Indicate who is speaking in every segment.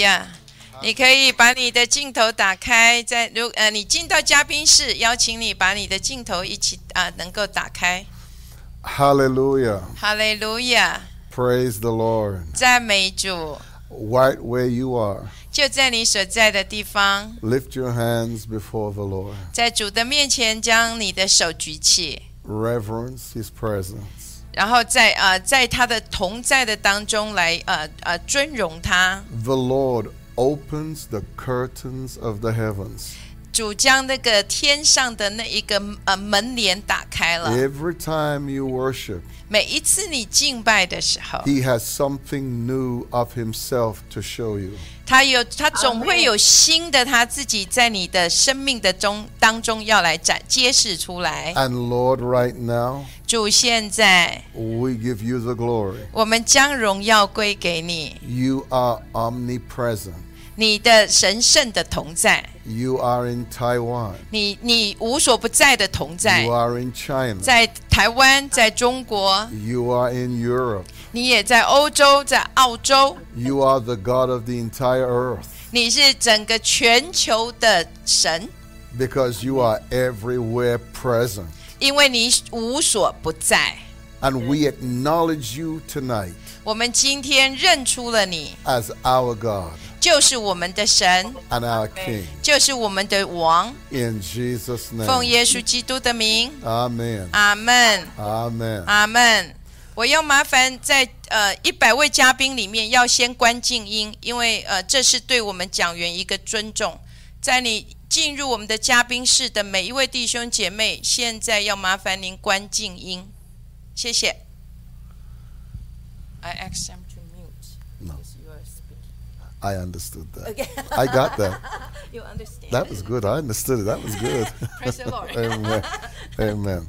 Speaker 1: 亚。你可以把你的镜头打开，在如呃，你进到嘉宾室，邀请你把你的镜头一起啊、能够打开。
Speaker 2: Hallelujah.
Speaker 1: 哈利路亚，
Speaker 2: Praise the Lord.
Speaker 1: 赞美主！
Speaker 2: Right where you are,
Speaker 1: 就在你所在的地方，
Speaker 2: lift your hands before the Lord.
Speaker 1: 在主的面前将你的手举起，
Speaker 2: Reverence His presence.
Speaker 1: 然后在啊、在他的同在的当中来呃呃尊荣他。
Speaker 2: The Lord opens the curtains of the heavens.
Speaker 1: 主将那个天上的那一个呃门帘打开了。
Speaker 2: Every time you worship,
Speaker 1: 每一次你敬拜的时候，
Speaker 2: He has something new of Himself to show you.
Speaker 1: 他有他总会有新的他自己在你的生命的中当中要来展揭示出来。
Speaker 2: And Lord, right now,
Speaker 1: 主现在，
Speaker 2: we give you the glory.
Speaker 1: 我们将荣耀归给你，
Speaker 2: You are omnipresent.
Speaker 1: 你的神圣的同在，
Speaker 2: You are in Taiwan.
Speaker 1: 你你无所不在的同在
Speaker 2: You，are in China.
Speaker 1: 在台湾，在中国，
Speaker 2: You are in Europe.
Speaker 1: 你也在欧洲，在澳洲，
Speaker 2: You are the God of the entire earth
Speaker 1: 你是整个全球的神。
Speaker 2: because you are everywhere present.
Speaker 1: 因为你无所不在。
Speaker 2: And we acknowledge you tonight
Speaker 1: 我们今天认出了你，
Speaker 2: as our God
Speaker 1: 就是我们的神，
Speaker 2: and our King.
Speaker 1: 就是我们的王。
Speaker 2: In Jesus'
Speaker 1: 奉
Speaker 2: name.
Speaker 1: 耶稣基督的名，
Speaker 2: Amen.
Speaker 1: 阿门，
Speaker 2: Amen.
Speaker 1: 阿门。我要麻烦在呃一百位嘉宾里面要先关静音，因为呃这是对我们讲员一个尊重。在你进入我们的嘉宾室的每一位弟兄姐妹，现在要麻烦您关静音，谢谢。I ask them to mute.
Speaker 2: No.
Speaker 1: because you are speaking.
Speaker 2: I understood that.
Speaker 1: Okay.
Speaker 2: I got that.
Speaker 1: You understand.
Speaker 2: That was good. I understood it. That was good.
Speaker 1: Praise the Lord.
Speaker 2: Amen. Amen.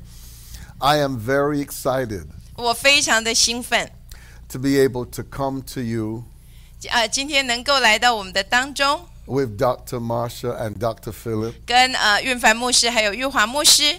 Speaker 2: I am very excited
Speaker 1: 我非常的兴奋，
Speaker 2: to be able to come to you
Speaker 1: 呃，今天能够来到我们的当中，
Speaker 2: with Dr. Marsha and Dr. Philip.
Speaker 1: 跟呃运凡牧师还有玉华牧师，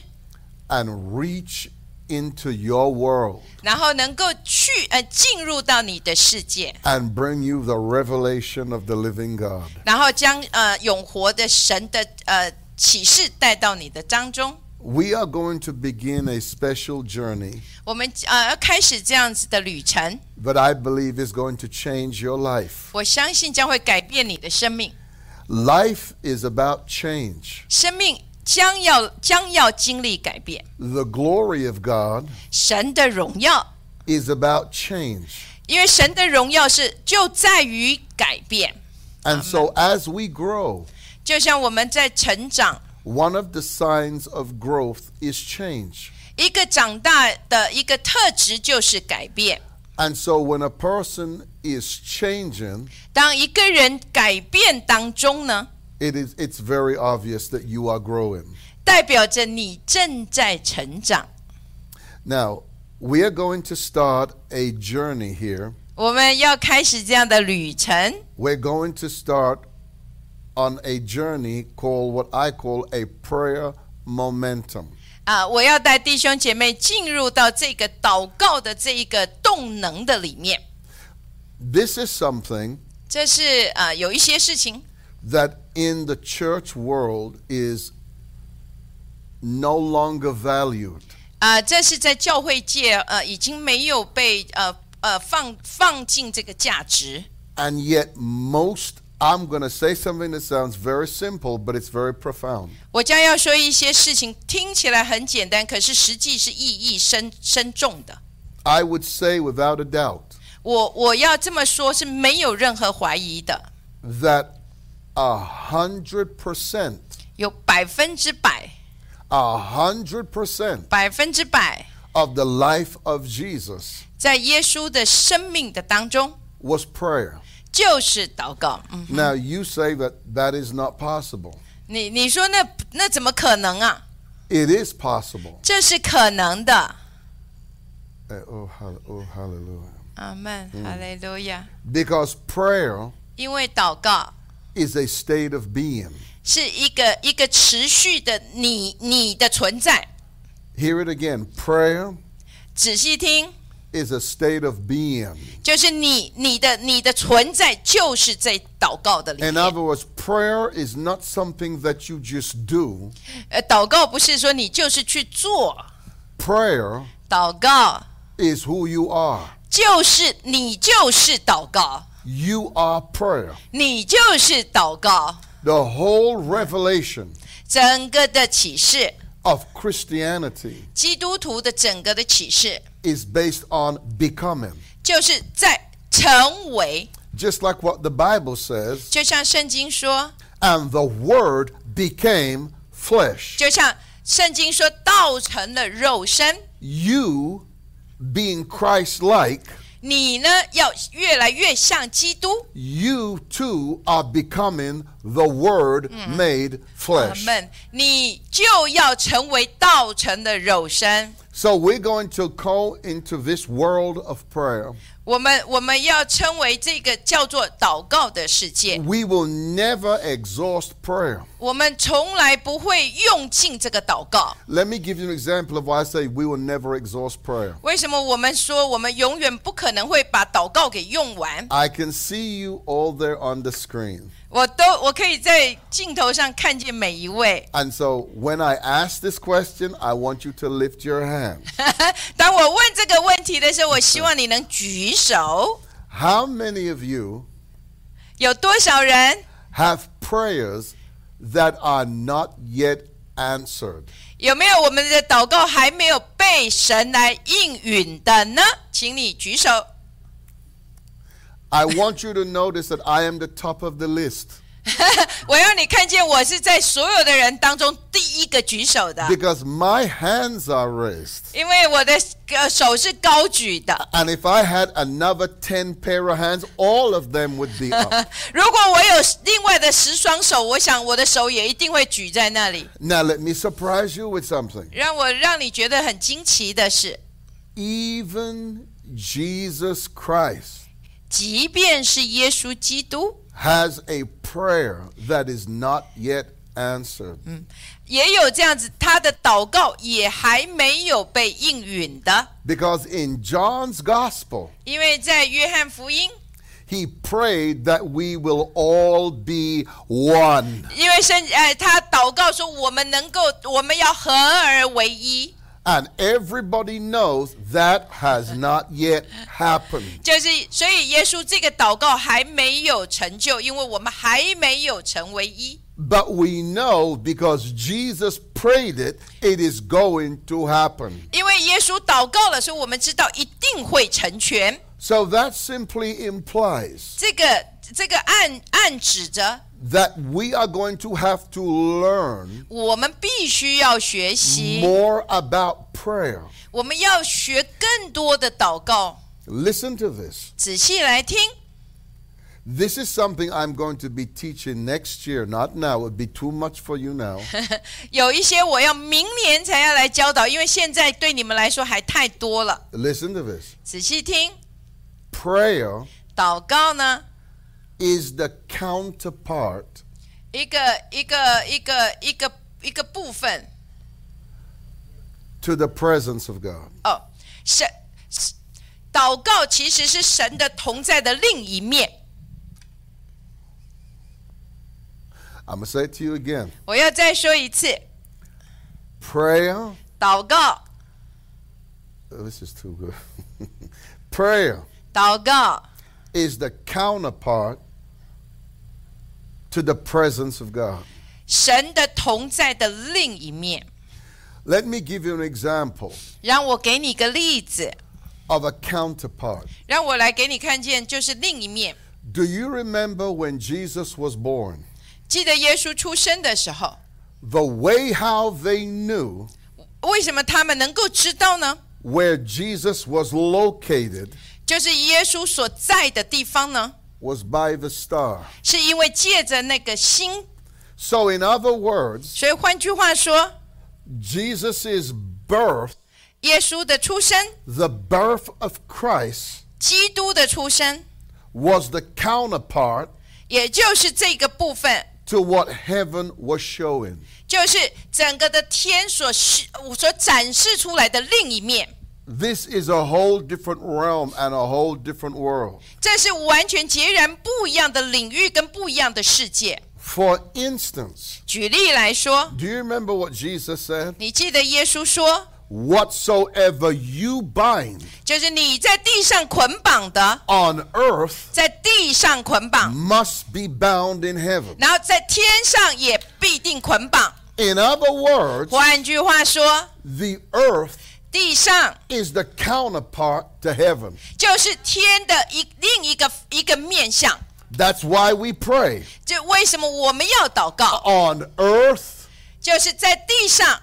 Speaker 2: and reach into your world
Speaker 1: 然后能够去呃进入到你的世界，
Speaker 2: and bring you the revelation of the living God.
Speaker 1: 然后将呃永活的神的呃启示带到你的当中。
Speaker 2: We are going to begin a special journey
Speaker 1: 我们呃要开始这样子的旅程，
Speaker 2: that I believe is going to change your life.
Speaker 1: 我相信将会改变你的生命，
Speaker 2: Life is about change.
Speaker 1: 生命将要将要经历改变，
Speaker 2: The glory of God
Speaker 1: 神的荣耀
Speaker 2: is about change.
Speaker 1: 因为神的荣耀是就在于改变，
Speaker 2: And so as we grow,
Speaker 1: 就像我们在成长，
Speaker 2: one of the signs of growth is change.
Speaker 1: 一个长大的一个特质就是改变。
Speaker 2: And so when a person is changing,
Speaker 1: 当一个人改变当中呢，
Speaker 2: it is it's very obvious that you are growing.
Speaker 1: 代表着你正在成长。
Speaker 2: Now, we are going to start a journey here.
Speaker 1: 我们要开始这样的旅程，
Speaker 2: We're going to start on a journey called what I call a prayer momentum.
Speaker 1: 啊！我要带弟兄姐妹进入到这个祷告的这一个动能的里面。
Speaker 2: This is something
Speaker 1: 这是啊，有一些事情
Speaker 2: that in the church world is no longer valued.
Speaker 1: 啊，这是在教会界呃已经没有被呃呃放放进这个价值。
Speaker 2: And yet, most, I'm going to say something that sounds very simple, but it's very profound.
Speaker 1: 我将要说一些事情，听起来很简单，可是实际是意义深深重的。
Speaker 2: I would say without a doubt
Speaker 1: 我我要这么说，是没有任何怀疑的，
Speaker 2: that a hundred percent
Speaker 1: 有百分之百，
Speaker 2: A hundred percent
Speaker 1: 百分之百，
Speaker 2: of the life of Jesus
Speaker 1: 在耶稣的生命的当中，
Speaker 2: was prayer.
Speaker 1: 就是祷告。嗯，
Speaker 2: Now you say that that is not possible.
Speaker 1: 你你说那那怎么可能啊？
Speaker 2: It is possible.
Speaker 1: 这是可能的。
Speaker 2: Uh, Oh, hall- oh, hallelujah.
Speaker 1: 阿门，哈利路亚。
Speaker 2: Because prayer
Speaker 1: 因为祷告
Speaker 2: is a state of being.
Speaker 1: 是一个一个持续的你你的存在。
Speaker 2: Hear it again. Prayer
Speaker 1: 仔细听，
Speaker 2: is a state of being.
Speaker 1: 就是你你的你的存在就是在祷告的里
Speaker 2: In
Speaker 1: 面。
Speaker 2: other words, prayer is not something that you just do.
Speaker 1: 呃，祷告不是说你就是去做，
Speaker 2: Prayer
Speaker 1: 祷告
Speaker 2: is who you are.
Speaker 1: 就是你就是祷告，
Speaker 2: You are prayer.
Speaker 1: 你就是祷告。
Speaker 2: The whole revelation
Speaker 1: 整个的启示，
Speaker 2: of Christianity
Speaker 1: 基督徒的整个的启示，
Speaker 2: is based on becoming.
Speaker 1: 就是在成为，
Speaker 2: Just like what the Bible says,
Speaker 1: 就像圣经说，
Speaker 2: and the Word became flesh.
Speaker 1: 就像圣经说，道成了肉身。
Speaker 2: You being Christ like,
Speaker 1: 你呢，要越来越像基督。
Speaker 2: you too are becoming the Word made
Speaker 1: 我
Speaker 2: flesh.
Speaker 1: 们，你就要成为道成的肉身。
Speaker 2: So we're going to go into this world of prayer.
Speaker 1: 我们我们要称为这个叫做祷告的世界。
Speaker 2: We will never exhaust prayer.
Speaker 1: 我们从来不会用尽这个祷告。
Speaker 2: Let me give you an example of why I say we will never exhaust prayer.
Speaker 1: 为什么我们说我们永远不可能会把祷告给用完？
Speaker 2: I can see you all there on the screen.
Speaker 1: 我都我可以在镜头上看见每一位。
Speaker 2: And so when I ask this question, I want you to lift your hand.
Speaker 1: 当我问这个问题的时候，我希望你能举手。
Speaker 2: How many of you
Speaker 1: 有多少人
Speaker 2: have prayers that are not yet answered?
Speaker 1: 有没有我们的祷告还没有被神来应允的呢？请你举手。
Speaker 2: I want you to notice that I am the top of the list
Speaker 1: 我要你看见我是在所有的人当中第一个举手的，
Speaker 2: because my hands are raised.
Speaker 1: 因为我的呃手是高举的。
Speaker 2: And if I had another 10 pair of hands, all of them would be up.
Speaker 1: 如果我有另外的十双手，我想我的手也一定会举在那里。
Speaker 2: now, let me surprise you with something.
Speaker 1: 让我让你觉得很惊奇的是，
Speaker 2: Even Jesus Christ
Speaker 1: 即便是耶稣基督，
Speaker 2: has a prayer that is not yet answered.
Speaker 1: 也有这样子，他的祷告也还没有被应允的，
Speaker 2: Because in John's gospel,
Speaker 1: 因为在约翰福音，
Speaker 2: he prayed that we will all be one.
Speaker 1: 因为圣呃，他祷告说我们能够，我们要合而为一，
Speaker 2: And everybody knows that has not yet happened.
Speaker 1: 就是所以耶稣这个祷告还没有成就，因为我们还没有成为一。
Speaker 2: But we know because Jesus prayed it, it is going to happen.
Speaker 1: 因为耶稣祷告了，所以我们知道一定会成全。
Speaker 2: So that simply implies
Speaker 1: 这个这个暗暗指着
Speaker 2: that we are going to have to learn
Speaker 1: 我们必须要学习，
Speaker 2: more about prayer.
Speaker 1: 我们要学更多的祷告。
Speaker 2: Listen to this.
Speaker 1: 仔细来听，
Speaker 2: This is something I'm going to be teaching next year, not now. It would be too much for you now.
Speaker 1: 有一些我要明年才要来教导，因为现在对你们来说还太多了。
Speaker 2: Listen to this.
Speaker 1: 仔细听，
Speaker 2: Prayer
Speaker 1: 祷告呢，
Speaker 2: is the counterpart
Speaker 1: 一个一个一个一个一个部分
Speaker 2: to the presence of God.
Speaker 1: 哦。神，是祷告其实是神的同在的另一面。
Speaker 2: I'm going to say it to you again.
Speaker 1: 我要再说一次，
Speaker 2: Prayer,
Speaker 1: 祷告，
Speaker 2: oh, this is too good. Prayer
Speaker 1: 祷告
Speaker 2: is the counterpart to the presence of God.
Speaker 1: 神的同在的另一面。
Speaker 2: Let me give you an example
Speaker 1: 让我给你个例子，
Speaker 2: of a counterpart.
Speaker 1: 让我来给你看见，就是另一面。
Speaker 2: Do you remember when Jesus was born?
Speaker 1: 记得耶稣出生的时候，
Speaker 2: The way how they knew
Speaker 1: 为什么他们能够知道呢？
Speaker 2: where Jesus was located
Speaker 1: 就是耶稣所在的地方呢，
Speaker 2: was by the star.
Speaker 1: 是因为借着那个心。
Speaker 2: So, in other words,
Speaker 1: 所以换句话说，
Speaker 2: Jesus' birth,
Speaker 1: 耶稣的出生，
Speaker 2: the birth of Christ,
Speaker 1: 基督的出生，
Speaker 2: was the counterpart
Speaker 1: 也就是这个部分，
Speaker 2: to what heaven was showing.
Speaker 1: 就是整个的天所是所展示出来的另一面。
Speaker 2: This is a whole different realm and a whole different world.
Speaker 1: 这是完全截然不一样的领域跟不一样的世界。
Speaker 2: For instance,
Speaker 1: 举例来说，
Speaker 2: do you remember what Jesus said?
Speaker 1: 你记得耶稣说，
Speaker 2: Whatsoever you bind
Speaker 1: 就是你在地上捆绑的，
Speaker 2: on earth
Speaker 1: 在地上捆
Speaker 2: 嗯
Speaker 1: 绑，
Speaker 2: must be bound in heaven.
Speaker 1: 然后在天上也必定捆绑。
Speaker 2: In other words,
Speaker 1: 换句话说，
Speaker 2: the earth
Speaker 1: 地上
Speaker 2: is the counterpart to heaven.
Speaker 1: 就是天的一另一个一个面向。
Speaker 2: That's why we pray.
Speaker 1: 这为什么我们要祷
Speaker 2: 哦
Speaker 1: 告？
Speaker 2: On earth
Speaker 1: 就是在地上，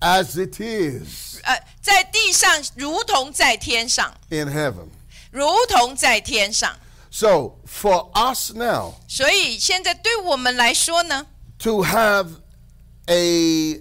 Speaker 2: as it is
Speaker 1: 呃，在地上如同在天上，
Speaker 2: in heaven.
Speaker 1: 如同在天上。
Speaker 2: So, for us now,
Speaker 1: 所以现在对我们来说呢，
Speaker 2: to have a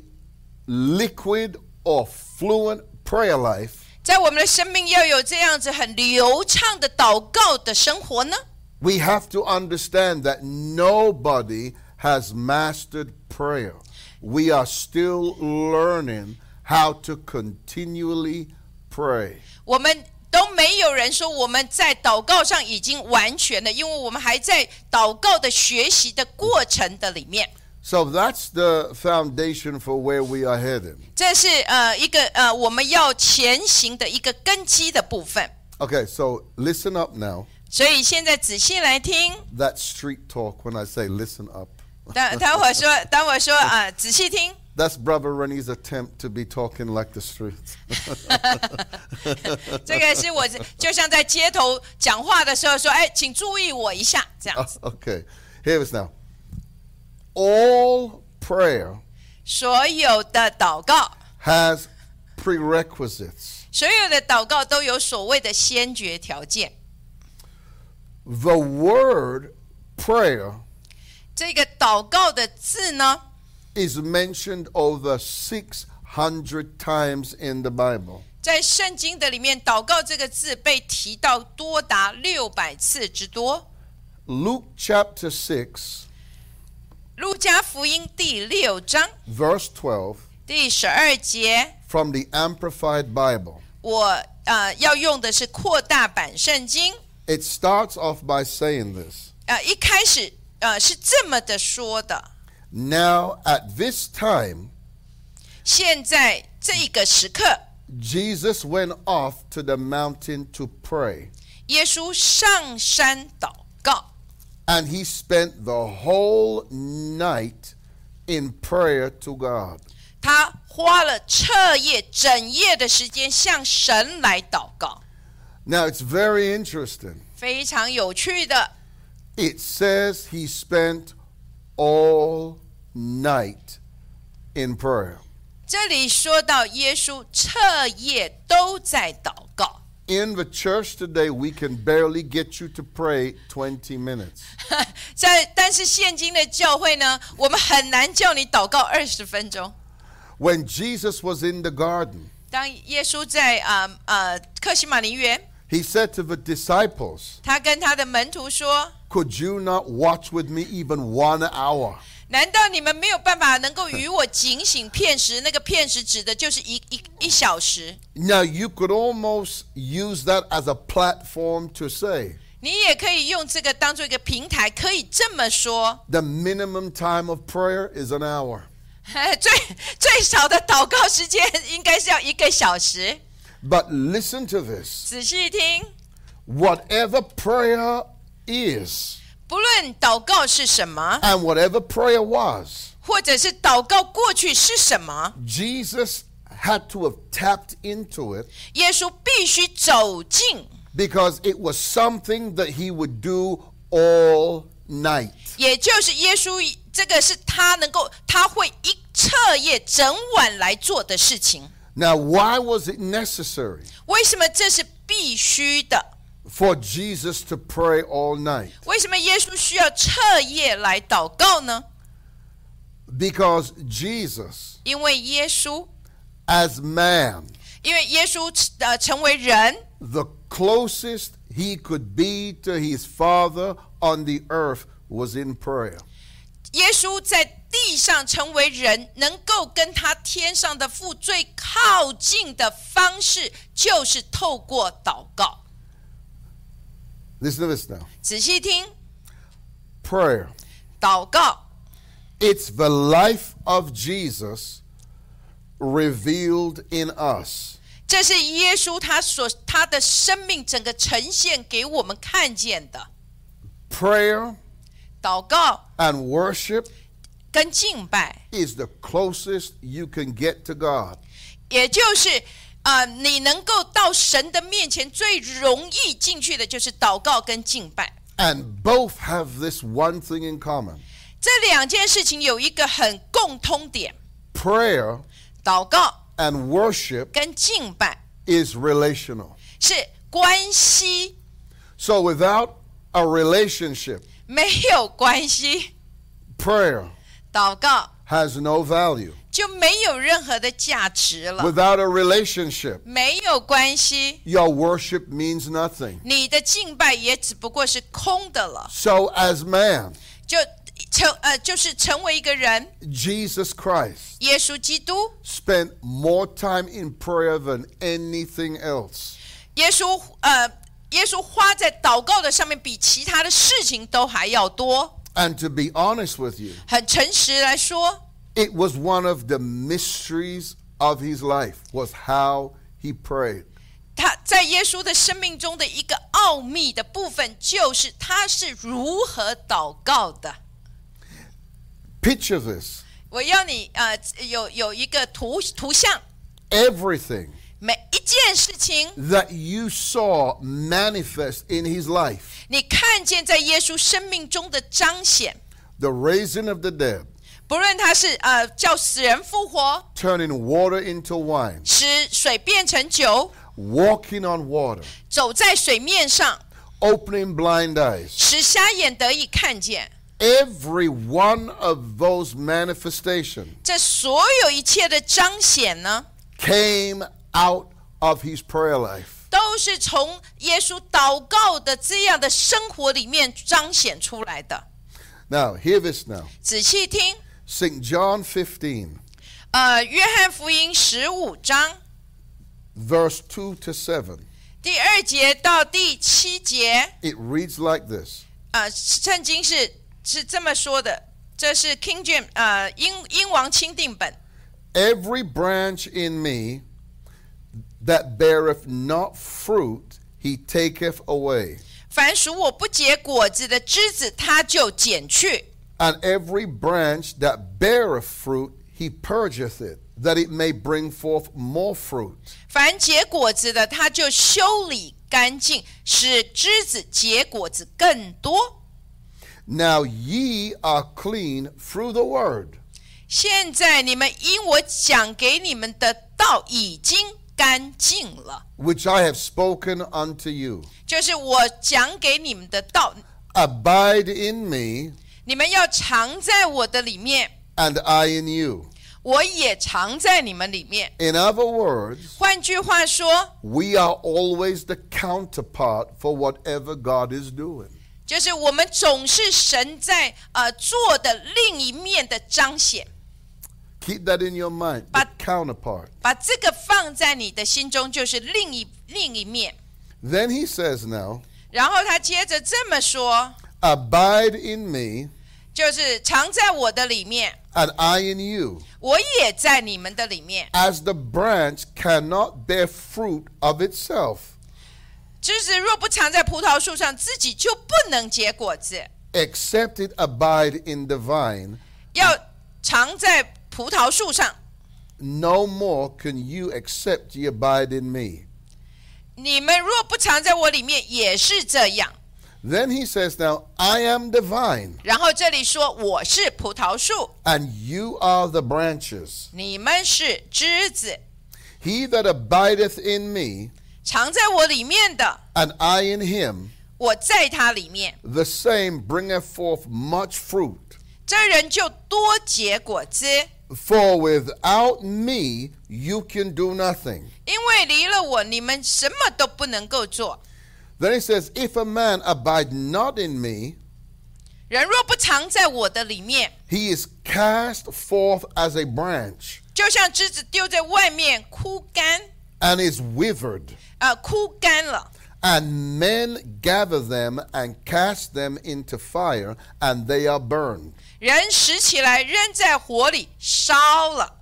Speaker 2: liquid or fluent prayer life,
Speaker 1: 在我们的生命要有这样子很流畅的祷告的生活呢，
Speaker 2: we have to understand that nobody has mastered prayer. We are still learning how to continually pray.
Speaker 1: 我们都没有人说我们在祷告上已经完全了，因为我们还在祷告的学习的过程的里面。
Speaker 2: So that's the foundation for where we are headed.
Speaker 1: 这是呃一个呃我们要前行的一个根基的部分。
Speaker 2: Okay, so listen up now.
Speaker 1: 所以现在仔细来听，
Speaker 2: That street talk when I say listen up.
Speaker 1: 当待会儿说，待会儿说啊、仔细听，
Speaker 2: That's Brother Rennie's attempt to be talking like the streets.
Speaker 1: 这个是我就像在街头讲话的时候说，哎，请注意我一下，这
Speaker 2: 啊
Speaker 1: 样子。
Speaker 2: okay, here it is now. All prayer
Speaker 1: 所有的祷告，
Speaker 2: has prerequisites.
Speaker 1: 所有的祷告都有所谓的先决条件。
Speaker 2: The word prayer
Speaker 1: 这个祷告的字呢，
Speaker 2: is mentioned over 600 times in the Bible.
Speaker 1: 在圣经的里面，祷告这个字被提到多达六百次之多。
Speaker 2: Luke chapter 6,
Speaker 1: 路加福音第六章
Speaker 2: verse 12,
Speaker 1: 第十二节，
Speaker 2: from the Amplified Bible.
Speaker 1: 我呃要用的是扩大版圣经。
Speaker 2: It starts off by saying this.
Speaker 1: 呃，一开始呃是这么的说的：
Speaker 2: Now, at this time,
Speaker 1: 现在这个时刻，
Speaker 2: Jesus went off to the mountain to pray,
Speaker 1: 耶稣上山祷告，
Speaker 2: and he spent the whole night in prayer to God.
Speaker 1: 他花了彻夜、整夜的时间向神来祷告，
Speaker 2: Now, it's very interesting.
Speaker 1: 非常有趣的。
Speaker 2: It says he spent all night in prayer.
Speaker 1: 这里说到耶稣彻夜都在祷告，
Speaker 2: In the church today, we can barely get you to pray 20 minutes.
Speaker 1: 在但是现今的教会呢，我们很难叫你祷告二十分钟。
Speaker 2: When Jesus was in the garden,
Speaker 1: 当耶稣在啊呃克西马林园，
Speaker 2: he said to the disciples,
Speaker 1: 他跟他的门徒说
Speaker 2: Could you not watch with me even one hour?：“
Speaker 1: 难道你们没有办法能够与我警醒片时？那个片时指的就是一一一小时。
Speaker 2: Now, you could almost use that as a platform to say
Speaker 1: 你也可以用这个当做一个平台，可以这么说：
Speaker 2: the minimum time of prayer is an hour.
Speaker 1: 最最少的祷告时间应该是要一个小时。
Speaker 2: But listen to this
Speaker 1: 仔细听，
Speaker 2: whatever prayer is
Speaker 1: 不论祷告是什么，
Speaker 2: and whatever prayer was,
Speaker 1: 或者是祷告过去是什么，
Speaker 2: Jesus had to have tapped into it
Speaker 1: 耶稣必须走进，
Speaker 2: because it was something that he would do all night.
Speaker 1: 也就是耶稣这个是他能够，他会一彻夜整晚来做的事情。
Speaker 2: Now, why was it necessary
Speaker 1: 为什么这是必须的？
Speaker 2: for Jesus to pray all night?
Speaker 1: 为什么耶稣需要彻夜来祷告呢？
Speaker 2: Because Jesus,
Speaker 1: 因为耶稣，
Speaker 2: as man,
Speaker 1: 因为耶稣呃成为人，
Speaker 2: the closest he could be to his Father on the earth was in prayer.
Speaker 1: 耶稣在地上成为人，能够跟他天上的父最靠近的方式，就是透过祷告。
Speaker 2: Listen to this now.
Speaker 1: 仔细听，
Speaker 2: Prayer.
Speaker 1: 祷告
Speaker 2: It's the life of Jesus revealed in us.
Speaker 1: 这是耶稣他所他的生命整个呈现给我们看见的。
Speaker 2: Prayer
Speaker 1: 祷告
Speaker 2: and worship
Speaker 1: 跟敬拜，
Speaker 2: is the closest you can get to God.
Speaker 1: 也就是呃，你能够到神的面前最容易进去的，就是祷告跟敬拜。
Speaker 2: And both have this one thing in common
Speaker 1: 这两件事情有一个很共通点：
Speaker 2: prayer
Speaker 1: 祷告
Speaker 2: and worship
Speaker 1: 跟敬拜
Speaker 2: is relational.
Speaker 1: 是关系，
Speaker 2: So without a relationship,
Speaker 1: 没有关系，
Speaker 2: prayer
Speaker 1: 祷告
Speaker 2: has no value.
Speaker 1: 就没有任何的价值了。
Speaker 2: Without a relationship,
Speaker 1: 没有关系，
Speaker 2: your worship means nothing.
Speaker 1: 你的敬拜也只不过是空的了。
Speaker 2: So, as man,
Speaker 1: 就成呃，就是成为一个人，
Speaker 2: Jesus Christ
Speaker 1: 耶稣基督，
Speaker 2: spent more time in prayer than anything else.
Speaker 1: 耶稣呃，耶稣花在祷告的上面比其他的事情都还要多。
Speaker 2: And to be honest with you,
Speaker 1: 很诚实来说，
Speaker 2: it was one of the mysteries of his life was how he prayed.
Speaker 1: 他在耶稣的生命中的一个奥秘的部分，就是他是如何祷告的。
Speaker 2: Picture this.
Speaker 1: 我要你呃，有有一个图图像，
Speaker 2: Everything
Speaker 1: 每一件事情
Speaker 2: that you saw manifest in his life,
Speaker 1: 你看见在耶稣生命中的彰显，
Speaker 2: the raising of the dead,
Speaker 1: 不论他是呃叫死人复活，
Speaker 2: turning water into wine,
Speaker 1: 使水变成酒，
Speaker 2: walking on water,
Speaker 1: 走在水面上，
Speaker 2: opening blind eyes,
Speaker 1: 使瞎眼得以看见。
Speaker 2: every one of those manifestations
Speaker 1: 这所有一切的彰显呢，
Speaker 2: came out of his prayer life.
Speaker 1: 都是从耶稣祷告的这样的生活里面彰显出来的。
Speaker 2: Now, hear this now.
Speaker 1: 仔细听，
Speaker 2: St. John 15,
Speaker 1: 呃，约翰福音十五章
Speaker 2: verse 2 to 7.
Speaker 1: 第二节到第七节，
Speaker 2: It reads like this
Speaker 1: 呃，圣经是是这么说的，这是 King James，呃，英英王钦定本。
Speaker 2: Every branch in me that beareth not fruit, he taketh away.
Speaker 1: 凡属我不结果子的枝子，他就剪去；
Speaker 2: And every branch that beareth fruit, he purgeth it, that it may bring forth more fruit.
Speaker 1: 凡结果子的，他就修理干净，使枝子结果子更多。
Speaker 2: Now ye are clean through the word.
Speaker 1: 现在你们因我讲给你们的道已经干净了，
Speaker 2: which I have spoken unto you.
Speaker 1: 就是我讲给你们的道，
Speaker 2: Abide in me,
Speaker 1: 你们要藏在我的里面，
Speaker 2: and I in you.
Speaker 1: 我也藏在你们里面。
Speaker 2: In other words,
Speaker 1: 换句话说，
Speaker 2: we are always the counterpart for whatever God is doing.
Speaker 1: 就是我们总是神在呃做的另一面的彰显。
Speaker 2: Keep that in your mind. the
Speaker 1: But-
Speaker 2: counterpart.
Speaker 1: 把这个放在你的心中，就是另一另一面。
Speaker 2: Then he says now,
Speaker 1: 然后他接着这么说，
Speaker 2: Abide in me,
Speaker 1: 就是藏在我的里面，
Speaker 2: and I in you.
Speaker 1: 我也在你们的里面。
Speaker 2: As the branch cannot bear fruit of itself,
Speaker 1: 枝子若不藏在葡萄树上，自己就不能结果子，
Speaker 2: except it abide in the vine,
Speaker 1: 要藏在葡萄树上。
Speaker 2: no more can you except ye abide in me.
Speaker 1: 你们若不藏在我里面，也是这样。
Speaker 2: Then he says, Now I am the vine,
Speaker 1: 然后这里说我是葡萄树，
Speaker 2: and you are the branches.
Speaker 1: 你们是枝子，
Speaker 2: He that abideth in me,
Speaker 1: 藏在我里面的，
Speaker 2: and I in him,
Speaker 1: 我在它里面，
Speaker 2: the same bringeth forth much fruit.
Speaker 1: 这人就多结果子。
Speaker 2: For without me you can do nothing.
Speaker 1: 因为离了我，你们什么都不能够做。
Speaker 2: Then he says, If a man abide not in me,
Speaker 1: 人若不藏在我的里面，
Speaker 2: He is cast forth as a branch
Speaker 1: 就像枝子丢在外面枯干，
Speaker 2: and is withered,
Speaker 1: 呃，枯干了。
Speaker 2: and men gather them and cast them into fire, and they are burned.
Speaker 1: 人拾起来扔在火里烧了。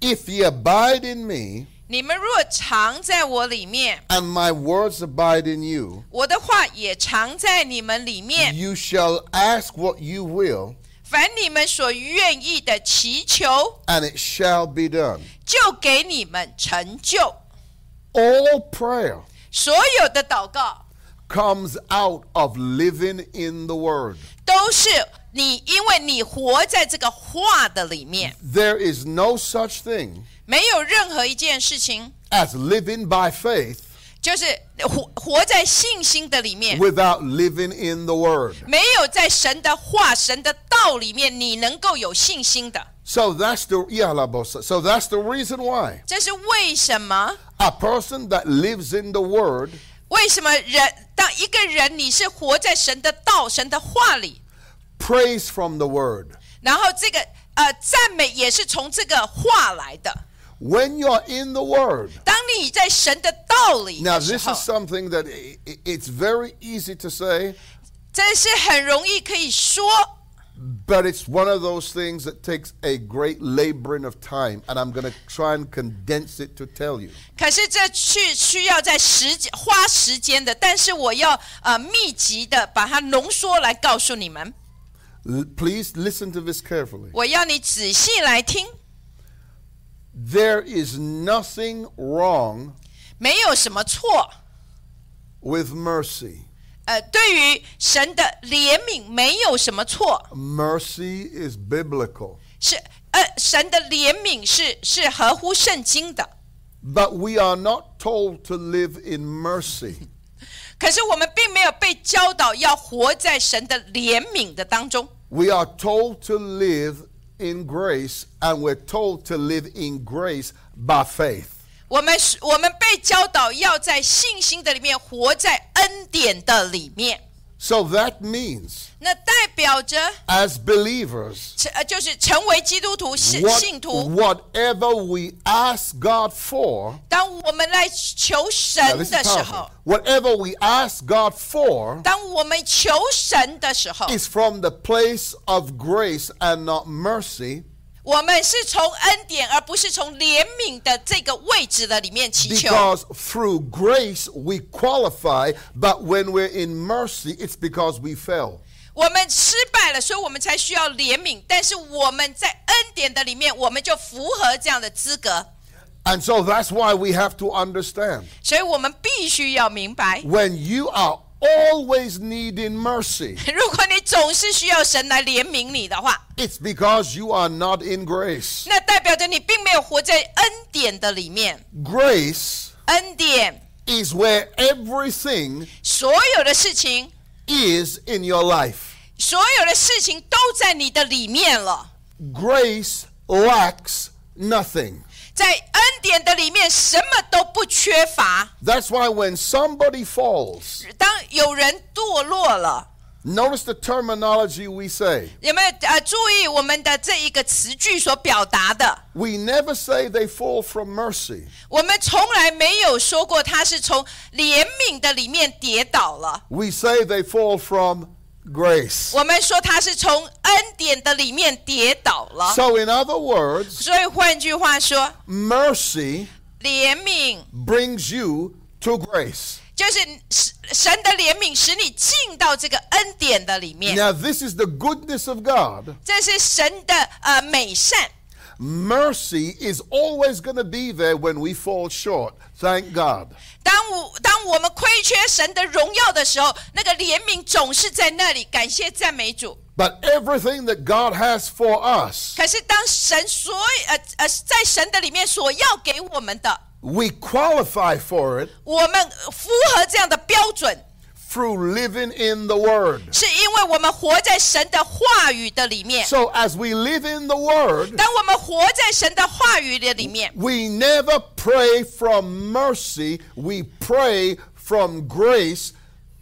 Speaker 2: If ye abide in me,
Speaker 1: 你们若藏在我里面，
Speaker 2: and my words abide in you,
Speaker 1: 我的话也藏在你们里面。
Speaker 2: you shall ask what you will,
Speaker 1: 凡你们所愿意的祈求，
Speaker 2: and it shall be done.
Speaker 1: 就给你们成就。
Speaker 2: All prayer
Speaker 1: 所有的祷告
Speaker 2: comes out of living in the Word.
Speaker 1: 都是你，因为你活在这个话的里面，
Speaker 2: There is no such thing
Speaker 1: 没有任何一件事情
Speaker 2: as living by faith
Speaker 1: 就是活活在信心的里面，
Speaker 2: without living in the Word.
Speaker 1: 没有在神的话、神的道里面，你能够有信心的。
Speaker 2: So that's the yeah, la bossa. so that's the reason why
Speaker 1: 这是为什么？
Speaker 2: a person that lives in the Word
Speaker 1: 为什么人当一个人你是活在神的道、神的话里，
Speaker 2: prays from the Word.
Speaker 1: 然后这个呃赞美也是从这个话来的。
Speaker 2: When you're in the Word,
Speaker 1: 当你在神的道里
Speaker 2: now
Speaker 1: 的时
Speaker 2: this is
Speaker 1: 候，
Speaker 2: something that i- i- it's very easy to say,
Speaker 1: 这是很容易可以说，
Speaker 2: but it's one of those things that takes a great laboring of time, and I'm going to try and condense it to tell you.
Speaker 1: 可是这去需要在时间花时间的。但是我要呃密集的把它浓缩来告诉你们。
Speaker 2: L- please listen to this carefully.
Speaker 1: 我要你仔细来听，
Speaker 2: There is nothing wrong
Speaker 1: 没有什么错。
Speaker 2: with mercy.
Speaker 1: 呃，对于神的怜悯没有什么错，
Speaker 2: Mercy is biblical.
Speaker 1: 是呃，神的怜悯是是合乎圣经的。
Speaker 2: But we are not told to live in mercy.
Speaker 1: 可是我们并没有被教导要活在神的怜悯的当中，
Speaker 2: We are told to live in grace, and we're told to live in grace by faith.
Speaker 1: 我们是我们被教导要在信心的里面活在恩典的里面。
Speaker 2: So that means,
Speaker 1: 那代表着
Speaker 2: as believers,
Speaker 1: 成呃，就是成为基督徒信
Speaker 2: what-
Speaker 1: 信徒。
Speaker 2: whatever we ask God for,
Speaker 1: 当我们来求
Speaker 2: now
Speaker 1: 神
Speaker 2: this
Speaker 1: 的
Speaker 2: is
Speaker 1: 时
Speaker 2: powerful.
Speaker 1: 候，
Speaker 2: whatever we ask God for
Speaker 1: 当我们求神的时候，
Speaker 2: is from the place of grace and not mercy
Speaker 1: 我们是从恩典，而不是从怜悯的这个位置的里面祈求。
Speaker 2: because through grace we qualify, but when we're in mercy, it's because we fell.
Speaker 1: 我们失败了，所以我们才需要怜悯。但是我们在恩典的里面，我们就符合这样的资格。
Speaker 2: And so that's why we have to understand
Speaker 1: 所以我们必须要明白，
Speaker 2: when you are always needing mercy,
Speaker 1: 如果你总是需要神来怜悯你的话，
Speaker 2: it's because you are not in grace.
Speaker 1: 那代表着你并没有活在恩典的里面。
Speaker 2: Grace
Speaker 1: 恩典，
Speaker 2: is where everything
Speaker 1: 所有的事情，
Speaker 2: is in your life.
Speaker 1: 所有的事情都在你的里面了。
Speaker 2: Grace lacks nothing.
Speaker 1: 在恩典的里面，什么都不缺乏。
Speaker 2: That's why when somebody falls,
Speaker 1: 当有人堕落了，
Speaker 2: notice the terminology we say.
Speaker 1: 有没有呃注意我们的这一个词句所表达的？
Speaker 2: We never say they fall from mercy.
Speaker 1: 我们从来没有说过他是从怜悯的里面跌倒了，
Speaker 2: We say they fall from grace.
Speaker 1: 我们说他是从恩典的里面跌倒了。
Speaker 2: So, in other words,
Speaker 1: 所以换句话说，
Speaker 2: mercy
Speaker 1: 怜悯
Speaker 2: brings you to grace.
Speaker 1: 就是神神的怜悯使你进到这个恩典的里面，
Speaker 2: Now, this is the goodness of God.
Speaker 1: 这是神的呃美善。
Speaker 2: Mercy is always going to be there when we fall short. Thank God.
Speaker 1: 当我当我们亏缺神的荣耀的时候，那个怜悯总是在那里。感谢赞美主。
Speaker 2: But everything that God has for us,
Speaker 1: 可是当神所有呃呃在神的里面所要给我们的，
Speaker 2: we qualify for it
Speaker 1: 我们符合这样的标准，
Speaker 2: through living in the Word.
Speaker 1: 是因为我们活在神的话语的里面。
Speaker 2: So, as we live in the Word,
Speaker 1: 当我们活在神的话语的里面，
Speaker 2: We never pray from mercy, we pray from grace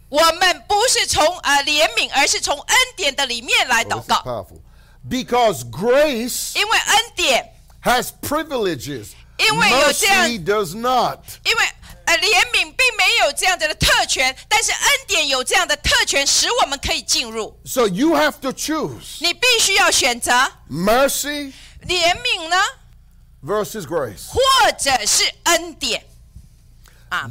Speaker 1: 我们不是从呃怜悯，而是从恩典的里面来
Speaker 2: Oh,
Speaker 1: 祷
Speaker 2: this is
Speaker 1: 告，
Speaker 2: powerful. Because grace
Speaker 1: 因为恩典，
Speaker 2: has privileges.
Speaker 1: 因为有这样-
Speaker 2: Mercy does not.
Speaker 1: 因为呃怜悯并没有这样子的特权，但是恩典有这样的特权，使我们可以进入。
Speaker 2: So you have to choose
Speaker 1: 你必须要选择
Speaker 2: mercy
Speaker 1: 怜悯呢，
Speaker 2: versus grace.
Speaker 1: 或者是恩典。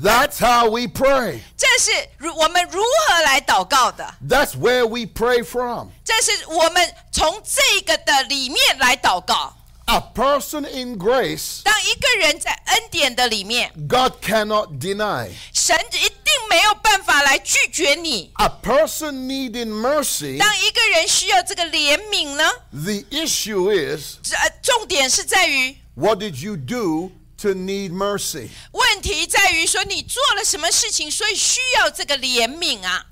Speaker 2: That's how we pray.
Speaker 1: 这是如我们如何来祷告的，
Speaker 2: That's where we pray from.
Speaker 1: 这是我们从这个的里面来祷告。
Speaker 2: A person in grace,
Speaker 1: 当一个人在恩典的里面，
Speaker 2: God cannot deny.
Speaker 1: 神一定没有办法来拒绝你。
Speaker 2: A person needing mercy,
Speaker 1: 当一个人需要这个怜悯呢，
Speaker 2: the issue is
Speaker 1: 这呃重点是在于
Speaker 2: what did you do to need mercy?
Speaker 1: 问题在于说你做了什么事情，所以需要这个怜悯啊。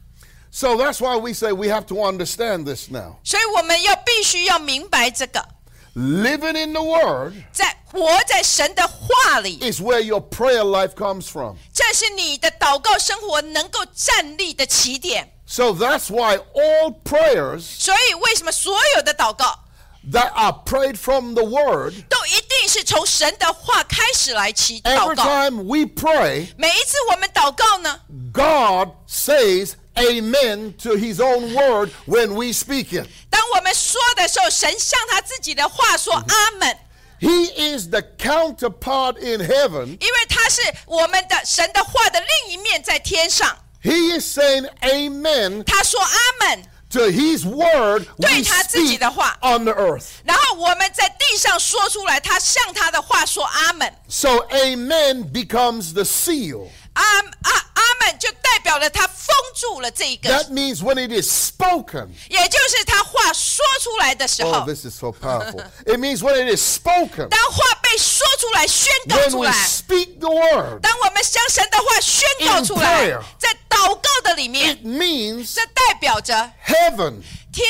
Speaker 2: So that's why we say we have to understand this now.
Speaker 1: 所以我们要必须要明白这个，
Speaker 2: Living in the Word
Speaker 1: 在活在神的话里，
Speaker 2: is where your prayer life comes from.
Speaker 1: 这是你的祷告生活能够站立的起点。
Speaker 2: So that's why all prayers
Speaker 1: 所以为什么所有的祷告
Speaker 2: that are prayed from the Word,
Speaker 1: 都一定是从神的话开始来起祷
Speaker 2: every
Speaker 1: 告？
Speaker 2: time we pray,
Speaker 1: 每一次我们祷告呢，
Speaker 2: God says amen to his own word when we speak it.
Speaker 1: 当我们说的时候，神向他自己的话说阿门，
Speaker 2: He is the counterpart in heaven.
Speaker 1: 因为他是我们的神的话的另一面在天上。
Speaker 2: He is saying amen
Speaker 1: 他说阿门，
Speaker 2: to his word we
Speaker 1: 对他自己的
Speaker 2: speak
Speaker 1: 话。
Speaker 2: on the earth.
Speaker 1: 然后我们在地上说出来，他向他的话说阿门，
Speaker 2: So amen becomes the seal.
Speaker 1: 阿阿阿门就代表了他封住了这一个
Speaker 2: That，means when it is spoken.
Speaker 1: 也就是他话说出来的时
Speaker 2: Oh,
Speaker 1: 候，
Speaker 2: this is so powerful. It means when it is spoken.
Speaker 1: 当话被说出来、宣告
Speaker 2: When
Speaker 1: 出
Speaker 2: we
Speaker 1: 来。
Speaker 2: speak the word,
Speaker 1: 当我们将神的话宣告出来
Speaker 2: In prayer，
Speaker 1: 在祷告的里面，
Speaker 2: it means
Speaker 1: 这代表着
Speaker 2: heaven
Speaker 1: 天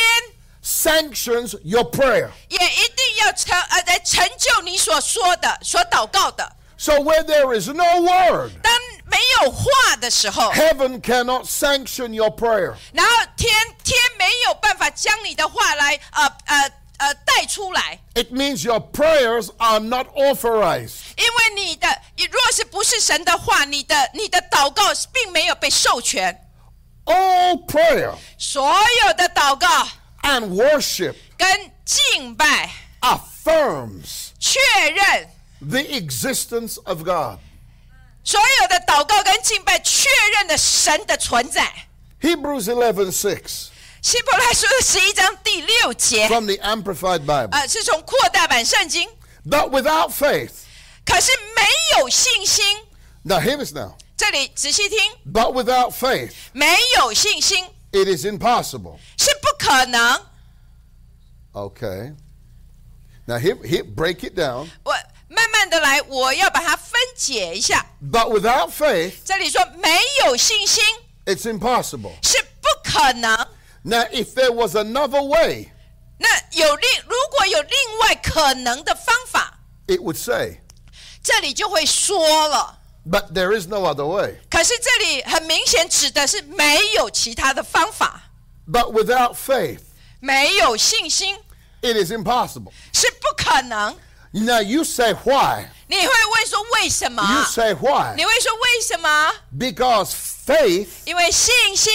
Speaker 2: sanctions your prayer.
Speaker 1: 也一定要成呃来成就你所说的、所祷告的。
Speaker 2: So where there is no word,
Speaker 1: 当没有话的时候，
Speaker 2: Heaven cannot sanction your prayer.
Speaker 1: 然后天天没有办法将你的话来呃呃呃带出来，
Speaker 2: It means your prayers are not authorized.
Speaker 1: 因为你的若是不是神的话，你的你的祷告并没有被授权。
Speaker 2: All prayer
Speaker 1: 所有的祷告
Speaker 2: and worship
Speaker 1: 跟敬拜
Speaker 2: affirms
Speaker 1: 确认。
Speaker 2: the existence of God.
Speaker 1: 所有的祷告跟敬拜确认了神的存在。
Speaker 2: Hebrews 11:6
Speaker 1: 希伯来书的十一章第六节，
Speaker 2: from the Amplified Bible.
Speaker 1: 呃，是从扩大版圣经。
Speaker 2: But without faith,
Speaker 1: 可是没有信心，
Speaker 2: now hear this now.
Speaker 1: 这里仔细听，
Speaker 2: But without faith,
Speaker 1: 没有信心
Speaker 2: it is impossible.
Speaker 1: 是不可能。
Speaker 2: Okay. Now here, here break it down.
Speaker 1: 我慢慢的来，我要把它分解一下。
Speaker 2: But without faith,
Speaker 1: 这里说没有信心
Speaker 2: it's impossible.
Speaker 1: 是不可能。
Speaker 2: Now if there was another way,
Speaker 1: 那有另如果有另外可能的方法，
Speaker 2: it would say
Speaker 1: 这里就会说了。
Speaker 2: But there is no other way.
Speaker 1: 可是这里很明显指的是没有其他的方法，
Speaker 2: But without faith,
Speaker 1: 没有信心
Speaker 2: it is impossible.
Speaker 1: 是不可能。
Speaker 2: Now you say why?
Speaker 1: 你会问说为什
Speaker 2: You
Speaker 1: 么？
Speaker 2: say why?
Speaker 1: 你会说为什么？
Speaker 2: Because faith
Speaker 1: 因为信心，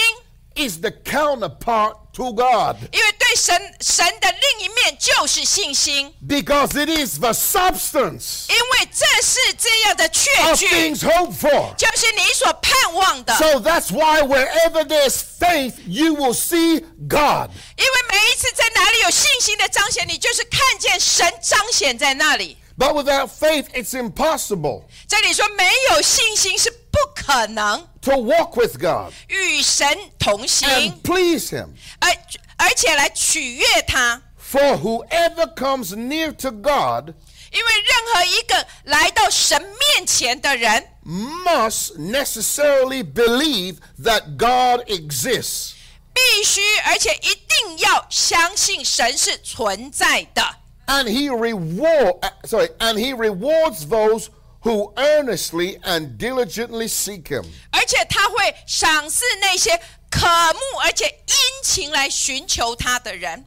Speaker 2: is the counterpart to God.
Speaker 1: 因为对神神的另一面就是信心，
Speaker 2: Because it is the substance
Speaker 1: 因为这是这样的确
Speaker 2: of
Speaker 1: 据，
Speaker 2: things hoped for.
Speaker 1: 就是你所盼望的。
Speaker 2: 哦 So that's why wherever there's faith, you will see God.
Speaker 1: 因为每一次在哪里有信心的彰显，你就是看见神彰显在那里。
Speaker 2: But without faith, it's impossible
Speaker 1: 这里说没有信心是不可能
Speaker 2: to walk with God
Speaker 1: 与神同行
Speaker 2: and。please Him.
Speaker 1: 而而且来取悦他，
Speaker 2: For whoever comes near to God
Speaker 1: 因为任何一个来到神面前的人，
Speaker 2: must necessarily believe that God exists.
Speaker 1: 必须而且一定要相信神是存在的，
Speaker 2: And he reward uh, sorry, and he rewards those who earnestly and diligently seek him.
Speaker 1: 而而且他会赏赐那些渴慕而且殷勤来寻求他的人。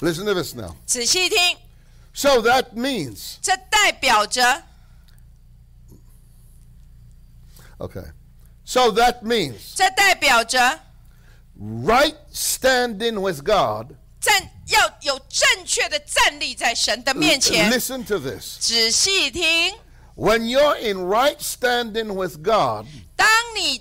Speaker 2: Listen to this now.
Speaker 1: 仔细听，
Speaker 2: So that means,
Speaker 1: 这代表着，
Speaker 2: okay. So that means
Speaker 1: 这代表着
Speaker 2: right standing with God.
Speaker 1: 站要有正确的站立在神的面前。
Speaker 2: Listen to this.
Speaker 1: 仔细听，
Speaker 2: When you're in right standing with God,
Speaker 1: 当你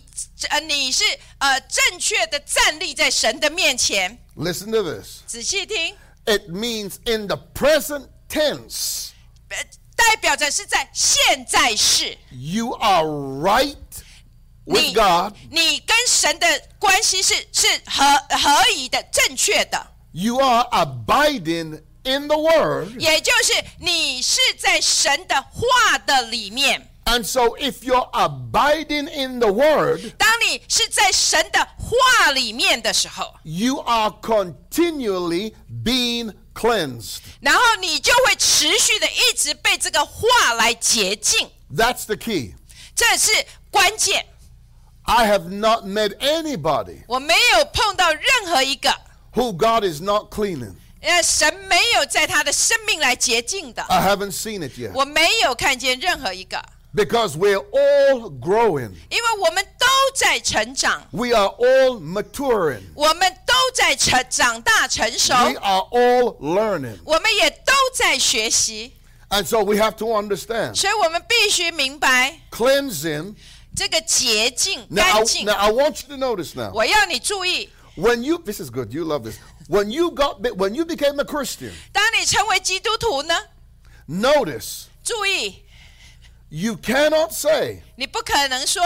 Speaker 1: 呃你是呃正确的站立在神的面前，
Speaker 2: listen to this.
Speaker 1: 仔细听，
Speaker 2: It means in the present tense,
Speaker 1: 呃代表着是在现在式。
Speaker 2: you are right
Speaker 1: 你
Speaker 2: with God.
Speaker 1: 你跟神的关系是是合合宜的、正确的，
Speaker 2: You are abiding in the word.
Speaker 1: 也就是你是在神的话的里面。
Speaker 2: And so if you're abiding in the word,
Speaker 1: 当你是在神的话里面的时候，
Speaker 2: you are continually being cleansed.
Speaker 1: 然后你就会持续的一直被这个话来洁净，
Speaker 2: That's the key.
Speaker 1: 这是关键。
Speaker 2: I have not met anybody
Speaker 1: 我没有碰到任何一个，
Speaker 2: who God is not cleaning.
Speaker 1: 呃，神没有在他的生命来洁净的，
Speaker 2: I haven't seen it yet.
Speaker 1: 我没有看见任何一个，
Speaker 2: Because we're all growing.
Speaker 1: 因为我们都在成长，
Speaker 2: We are all maturing.
Speaker 1: 我们都在成长大成熟，
Speaker 2: We are all learning.
Speaker 1: 我们也都在学习，
Speaker 2: And so we have to understand
Speaker 1: 所以我们必须明白
Speaker 2: cleansing.
Speaker 1: 这个洁净、
Speaker 2: Now I,
Speaker 1: 干净
Speaker 2: now。I want you to notice now.
Speaker 1: 我要你注意，
Speaker 2: When you this is good, you love this. When you got when you became a Christian,
Speaker 1: 当你成为基督徒呢，
Speaker 2: notice
Speaker 1: 注意，
Speaker 2: you cannot say
Speaker 1: 你不可能说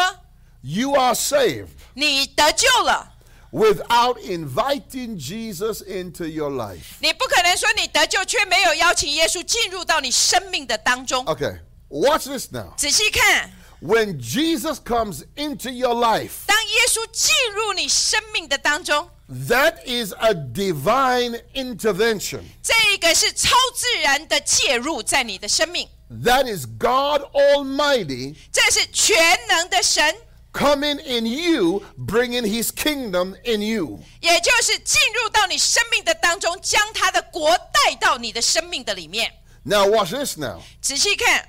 Speaker 2: you are saved
Speaker 1: 你得救了，
Speaker 2: without inviting Jesus into your life.
Speaker 1: 你不可能说你得救却没有邀请耶稣进入到你生命的当中。
Speaker 2: Okay, watch this now.
Speaker 1: 仔细看，
Speaker 2: When Jesus comes into your life,
Speaker 1: 当耶稣进入你生命的当中，
Speaker 2: that is a divine intervention.
Speaker 1: 这一个是超自然的介入在你的生命，
Speaker 2: That is God Almighty
Speaker 1: 这是全能的神，
Speaker 2: coming in you, bringing his kingdom in you.
Speaker 1: 也就是进入到你生命的当中，将他的国带到你的生命的里面。
Speaker 2: Now, watch this now.
Speaker 1: 仔细看，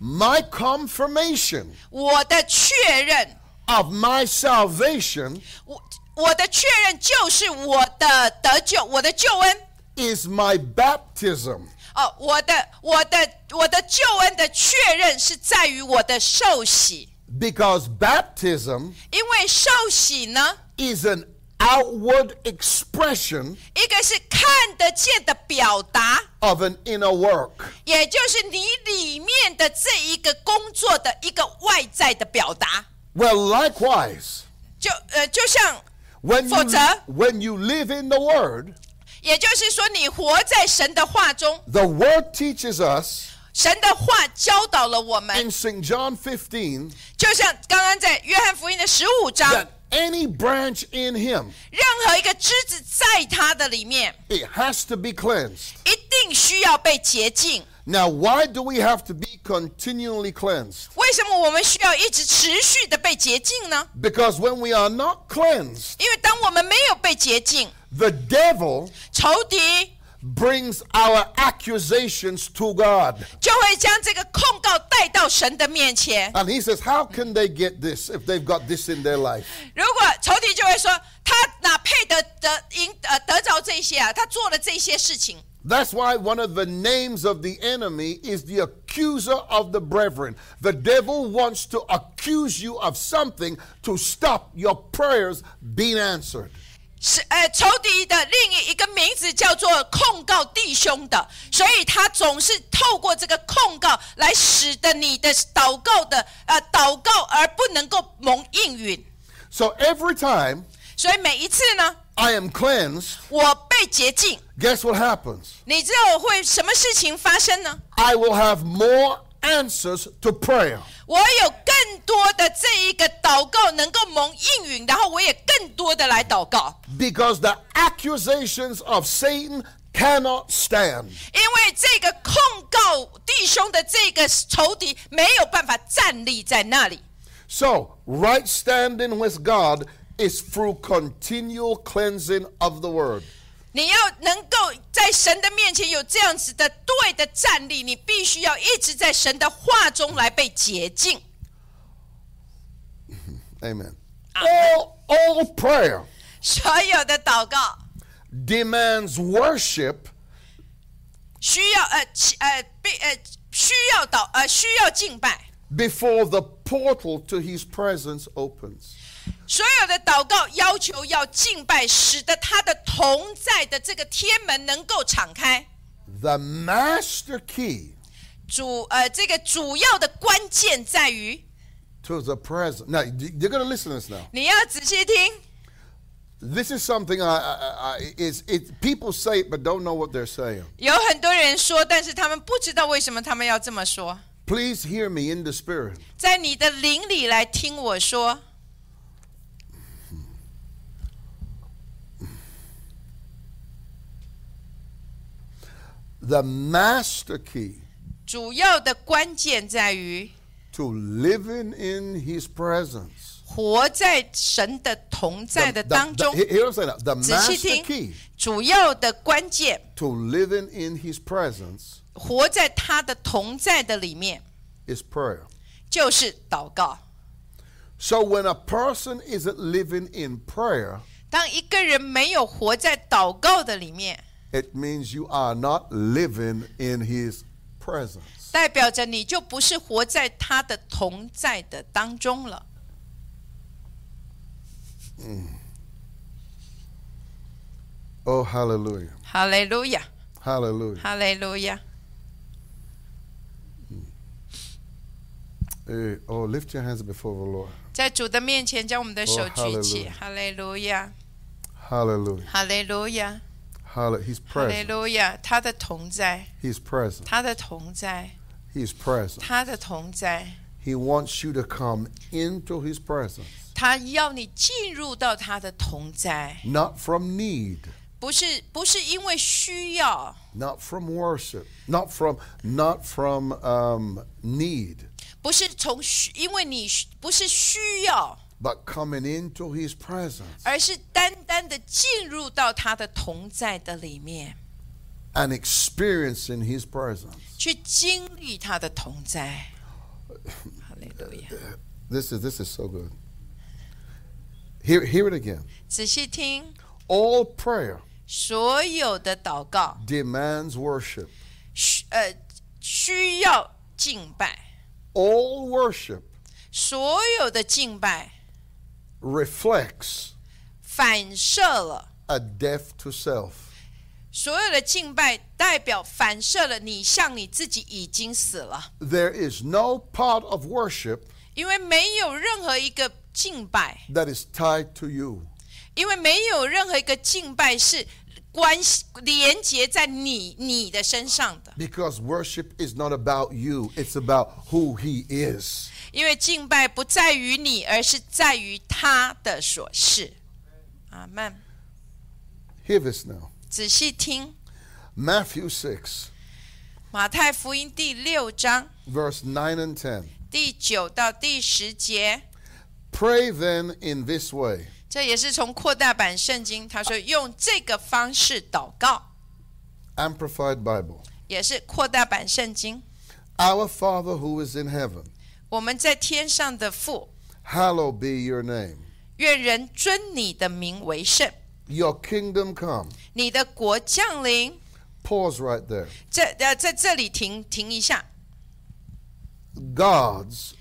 Speaker 2: My confirmation
Speaker 1: 我的确认，
Speaker 2: of my salvation
Speaker 1: 我我的确认就是我的得救，我的救恩。
Speaker 2: is my baptism.
Speaker 1: 哦，我的我的我的救恩的确认是在于我的受洗，
Speaker 2: Because baptism
Speaker 1: 因为受洗呢，
Speaker 2: is an outward expression
Speaker 1: 一个是看得见的表达，
Speaker 2: of an inner work.
Speaker 1: 也就是你里面的这一个工作的一个外在的表达，
Speaker 2: Well, likewise,
Speaker 1: 就呃，就像，
Speaker 2: when you,
Speaker 1: Forza.
Speaker 2: when you live in the Word,
Speaker 1: 也就是说，你活在神的话中，
Speaker 2: the Word teaches us
Speaker 1: 神的话教导了我们，
Speaker 2: in St. John 15
Speaker 1: 就像刚刚在约翰福音的十五章，
Speaker 2: that any branch in Him
Speaker 1: 任何一个枝子在它的里面，
Speaker 2: it has to be cleansed.
Speaker 1: 一定需要被洁净。
Speaker 2: Now, why do we have to be continually cleansed?
Speaker 1: 为什么我们需要一直持续的被洁净呢？
Speaker 2: Because when we are not cleansed,
Speaker 1: 因为当我们没有被洁净，
Speaker 2: the devil
Speaker 1: 仇敌
Speaker 2: brings our accusations to God.
Speaker 1: 就会将这个控告带到神的面前。
Speaker 2: And he says, How can they get this if they've got this in their life?
Speaker 1: 如果仇敌就会说，他哪配得得赢呃得着这些啊？他做了这些事情，
Speaker 2: That's why one of the names of the enemy is the accuser of the brethren. The devil wants to accuse you of something to stop your prayers being answered.
Speaker 1: 是呃仇敌的另一个名字叫做控告弟兄的，所以他总是透过这个控告来使得你的祷告的呃祷告而不能够蒙应允。
Speaker 2: So every time
Speaker 1: 所以每一次呢，
Speaker 2: I am cleansed,
Speaker 1: 我被洁净，
Speaker 2: guess what happens?
Speaker 1: 你知道我会什么事情发生呢？
Speaker 2: I will have more answers to prayer.
Speaker 1: 我有更多的这一个祷告能够蒙应允，然后我也更多的来祷告，
Speaker 2: Because the accusations of Satan cannot stand.
Speaker 1: 因为这个控告弟兄的这个仇敌没有办法站立在那里。
Speaker 2: So, right standing with God is through continual cleansing of the word.
Speaker 1: 你要能够在神的面前有这样子的对的站立，你必须要一直在神的话中来被洁净。
Speaker 2: Amen. All, all prayer
Speaker 1: 所有的祷告
Speaker 2: demands worship
Speaker 1: 需要呃其呃必呃需要祷呃需要敬拜，
Speaker 2: before the portal to his presence opens.
Speaker 1: 所有的祷告要求要敬拜，使得他的同在的这个天门能够敞开。
Speaker 2: The master key
Speaker 1: 主呃这个主要的关键在于
Speaker 2: to the presence. Now, y- you're going to listen to this now.
Speaker 1: 你要仔细听。
Speaker 2: This is something I, I, I is it. People say it, but don't know what they're saying.
Speaker 1: 有很多人说，但是他们不知道为什么他们要这么说。
Speaker 2: Please hear me in the spirit.
Speaker 1: 在你的灵里来听我说，
Speaker 2: The master key
Speaker 1: 主要的关键在于
Speaker 2: to living in His presence.
Speaker 1: 活在神的同在的
Speaker 2: The-
Speaker 1: 当
Speaker 2: the-
Speaker 1: 中。
Speaker 2: he- hear what I'm saying now. The
Speaker 1: 仔细
Speaker 2: master
Speaker 1: 听
Speaker 2: key，
Speaker 1: 主要的关键
Speaker 2: to living in His presence
Speaker 1: 活在他的同在的里面，
Speaker 2: is prayer.
Speaker 1: 就是祷告。
Speaker 2: So when a person isn't living in prayer,
Speaker 1: 当一个人没有活在祷告的里面，
Speaker 2: it means you are not living in His presence.
Speaker 1: 代表着你就不是活在他的同在的当中了。
Speaker 2: Oh, hallelujah!
Speaker 1: 哈利路亚，
Speaker 2: Hallelujah!
Speaker 1: 哈利路亚。
Speaker 2: Eh, oh, lift your hands before the Lord.
Speaker 1: 在主的面前将我们的手举起，
Speaker 2: 哦
Speaker 1: 哈利路亚，
Speaker 2: Hallelujah!
Speaker 1: 哈利路亚，
Speaker 2: Hallelujah! He's
Speaker 1: 哈利
Speaker 2: present.
Speaker 1: 路亚，他的同在，
Speaker 2: He's present.
Speaker 1: 他的同在，
Speaker 2: He's present.
Speaker 1: 他的同在，
Speaker 2: He wants you to come into His presence,
Speaker 1: 他要你进入到他的同在，
Speaker 2: not from need,
Speaker 1: 不是不是因为需要，
Speaker 2: not from worship, not from not from um, need,
Speaker 1: 不是从需，因为你需不是需要，
Speaker 2: but coming into His presence
Speaker 1: 而是单单的进入到他的同在的里面，
Speaker 2: and experiencing His presence.
Speaker 1: 去经历他的同在。哈利路亚，
Speaker 2: Uh, This is this is so good. Hear hear it again.
Speaker 1: 仔细听，
Speaker 2: All prayer
Speaker 1: 所有的祷告。
Speaker 2: demands worship.
Speaker 1: 需呃需要敬拜，
Speaker 2: All worship
Speaker 1: 所有的敬拜
Speaker 2: reflects
Speaker 1: 反射了，
Speaker 2: a death to self.
Speaker 1: 所有的敬拜代表反射了你向你自己已经死了，
Speaker 2: There is no part of worship
Speaker 1: 因为没有任何一个敬拜，
Speaker 2: that is tied to you.
Speaker 1: 因为没有任何一个敬拜是关系连接在你你的身上的，
Speaker 2: Because worship is not about you, it's about who He is.
Speaker 1: 因为敬拜不在于你，而是在于他的所是。阿门。
Speaker 2: Hear this now.
Speaker 1: 仔细听，
Speaker 2: Matthew 6,
Speaker 1: 马太福音第六章。
Speaker 2: verse 9 and 10.
Speaker 1: 第九到第十节，
Speaker 2: Pray then in this way
Speaker 1: 这也是从扩大版圣经，他说用这个方式祷告，
Speaker 2: Amplified Bible.
Speaker 1: 也是扩大版圣经。
Speaker 2: Our Father who is in heaven,
Speaker 1: 我们在天上的父，
Speaker 2: hallowed be your name.
Speaker 1: 愿人尊你的名为圣，
Speaker 2: Your kingdom come.
Speaker 1: 你的国降临。
Speaker 2: Pause right there.
Speaker 1: 这呃，在这里停停一下。
Speaker 2: God's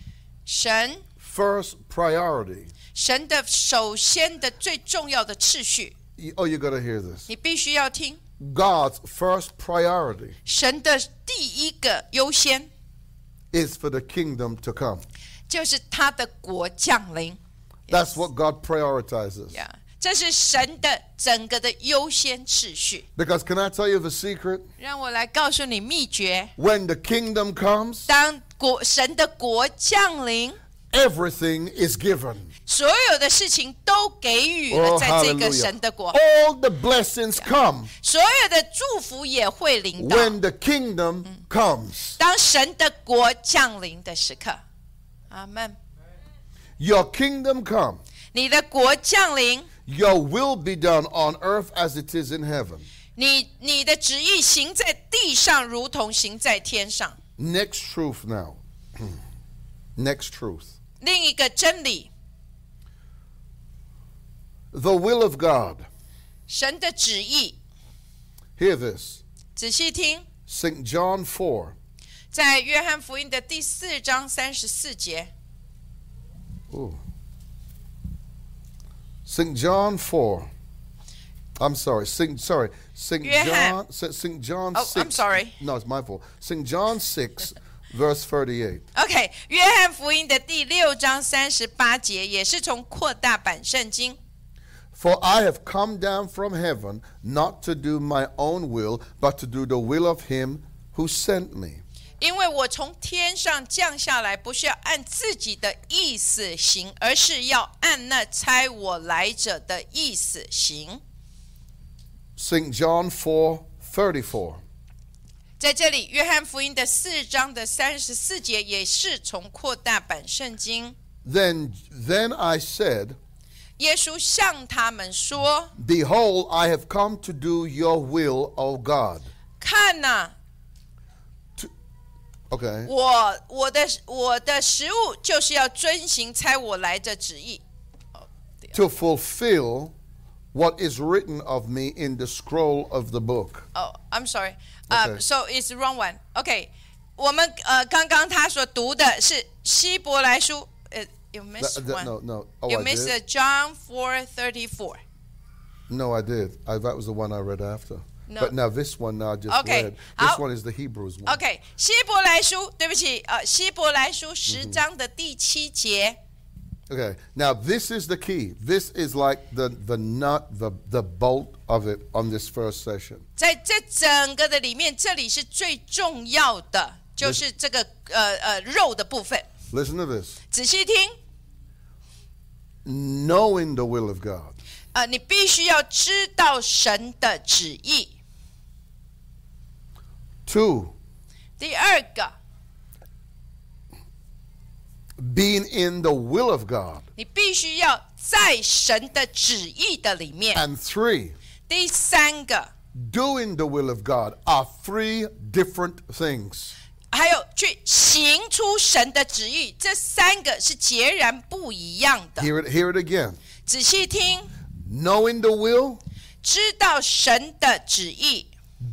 Speaker 1: 神，
Speaker 2: first priority.
Speaker 1: 神的首先的最重要的次序，
Speaker 2: You- Oh, you got to hear this.
Speaker 1: 你必须要听。
Speaker 2: God's first priority
Speaker 1: 神的第一个优先
Speaker 2: is for the kingdom to come.
Speaker 1: 就是他的国降临。
Speaker 2: That's what God prioritizes.
Speaker 1: 呀，这是神的整个的优先次序。
Speaker 2: Because can I tell you the secret?
Speaker 1: 让我来告诉你秘诀：
Speaker 2: When the kingdom comes,
Speaker 1: 当国神的国降临，
Speaker 2: everything is given.
Speaker 1: 所有的事情都给予了
Speaker 2: Oh,
Speaker 1: 在这个
Speaker 2: hallelujah.
Speaker 1: 神的国，
Speaker 2: All the blessings come
Speaker 1: 所有的祝福也会临到。
Speaker 2: when the kingdom comes.
Speaker 1: 当神的国降临的时刻，阿门。
Speaker 2: Your kingdom come,
Speaker 1: 你的国降临，
Speaker 2: your will be done on earth as it is in heaven.
Speaker 1: 你你的旨意行在地上，如同行在天上。
Speaker 2: Next truth now. Next truth.
Speaker 1: 另一个真理，
Speaker 2: The will of God.
Speaker 1: 神的旨意，
Speaker 2: Hear this.
Speaker 1: 仔细听，
Speaker 2: St. John 4.
Speaker 1: 在约翰福音的第四章三十四节，
Speaker 2: Ooh. St. John 4. I'm sorry. St. Sorry. St.
Speaker 1: Yeah.
Speaker 2: John. St. John
Speaker 1: Oh,
Speaker 2: 6.
Speaker 1: I'm sorry.
Speaker 2: No, it's my fault. St. John 6, verse 38.
Speaker 1: OK，约翰福音的第六章三十八节也是从扩大版圣经。
Speaker 2: For I have come down from heaven not to do my own will, but to do the will of him who sent me.
Speaker 1: 因为我从天上降下来，不是要按自己的意思行，而是要按那差我来者的意思行。
Speaker 2: St. John 4, 34.
Speaker 1: 在这里，约翰福音的四章的三十四节也是从扩大版圣经。
Speaker 2: Then, then I said,
Speaker 1: 耶稣向他们说
Speaker 2: Behold, I have come to do your will, O God.：“
Speaker 1: 看呐、
Speaker 2: Okay.
Speaker 1: 我我的我的食物就是要遵行差我来的旨意，
Speaker 2: to fulfill what is written of me in the scroll of the book.
Speaker 1: 哦、i m sorry，呃、
Speaker 2: Okay.
Speaker 1: s o it's wrong one。OK，我们呃刚刚他所读的是希伯来书，呃，you missed
Speaker 2: That-
Speaker 1: one，
Speaker 2: that- no, no. Oh,
Speaker 1: you
Speaker 2: I
Speaker 1: missed
Speaker 2: did?
Speaker 1: John four thirty four。
Speaker 2: No, I did. I, that was the one I read after.
Speaker 1: No.
Speaker 2: But now this one now I just
Speaker 1: Okay.
Speaker 2: read. This
Speaker 1: I'll-
Speaker 2: one is the Hebrews one.
Speaker 1: OK，希伯来书，对不起，呃，希伯来书十章的第七节，
Speaker 2: Okay. Now this is the key. This is like the the nut, the the bolt of it on this first session.
Speaker 1: 在这整个的里面，这里是最重要的，就是这个呃呃肉的部分。
Speaker 2: Listen to this.
Speaker 1: 仔细听，
Speaker 2: Knowing the will of God.
Speaker 1: 呃，你必须要知道神的旨意。
Speaker 2: Two,
Speaker 1: 第二个，
Speaker 2: being in the will of God.
Speaker 1: 你必须要在神的旨意的里面。
Speaker 2: And three,
Speaker 1: 第三个，
Speaker 2: doing the will of God are three different things.
Speaker 1: 还有去行出神的旨意，这三个是截然不一样的。
Speaker 2: Hear it, hear it again.
Speaker 1: 仔细听，
Speaker 2: Knowing the will,
Speaker 1: 知道神的旨意，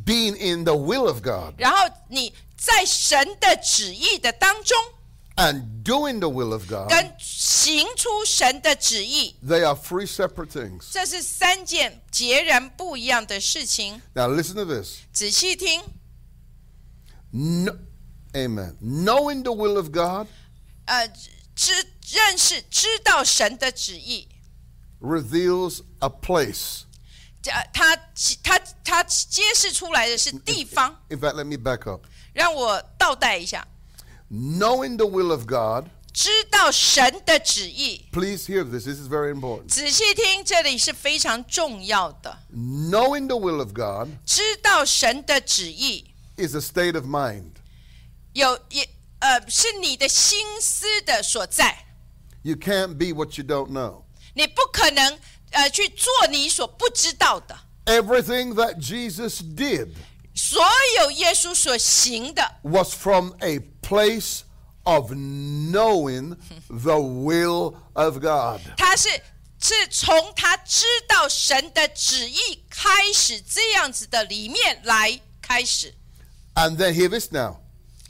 Speaker 2: being in the will of God,
Speaker 1: 然后你在神的旨意的当中，
Speaker 2: and doing the will of God,
Speaker 1: 跟行出神的旨意，
Speaker 2: they are three separate things.
Speaker 1: 这是三件截然不一样的事情。
Speaker 2: Now listen to this.
Speaker 1: 仔细听，
Speaker 2: No, amen. Knowing the will of God
Speaker 1: 呃，知认识知道神的旨意，
Speaker 2: reveals a place.
Speaker 1: 呃，他他他揭示出来的是地方。
Speaker 2: In fact, let me back up.
Speaker 1: 让我倒带一下，
Speaker 2: Knowing the will of God,
Speaker 1: 知道神的旨意。
Speaker 2: please hear this. This is very important.
Speaker 1: 仔细听，这里是非常重要的。
Speaker 2: Knowing the will of God
Speaker 1: 知道神的旨意，
Speaker 2: is a state of mind.
Speaker 1: 有也呃，是你的心思的所在。
Speaker 2: You can't be what you don't know.
Speaker 1: 你不可能呃去做你所不知道的。
Speaker 2: Everything that Jesus did
Speaker 1: 所有耶稣所行的，
Speaker 2: was from a place of knowing the will of God.
Speaker 1: 他是是从他知道神的旨意开始，这样子的里面来开始。
Speaker 2: And then hear this now.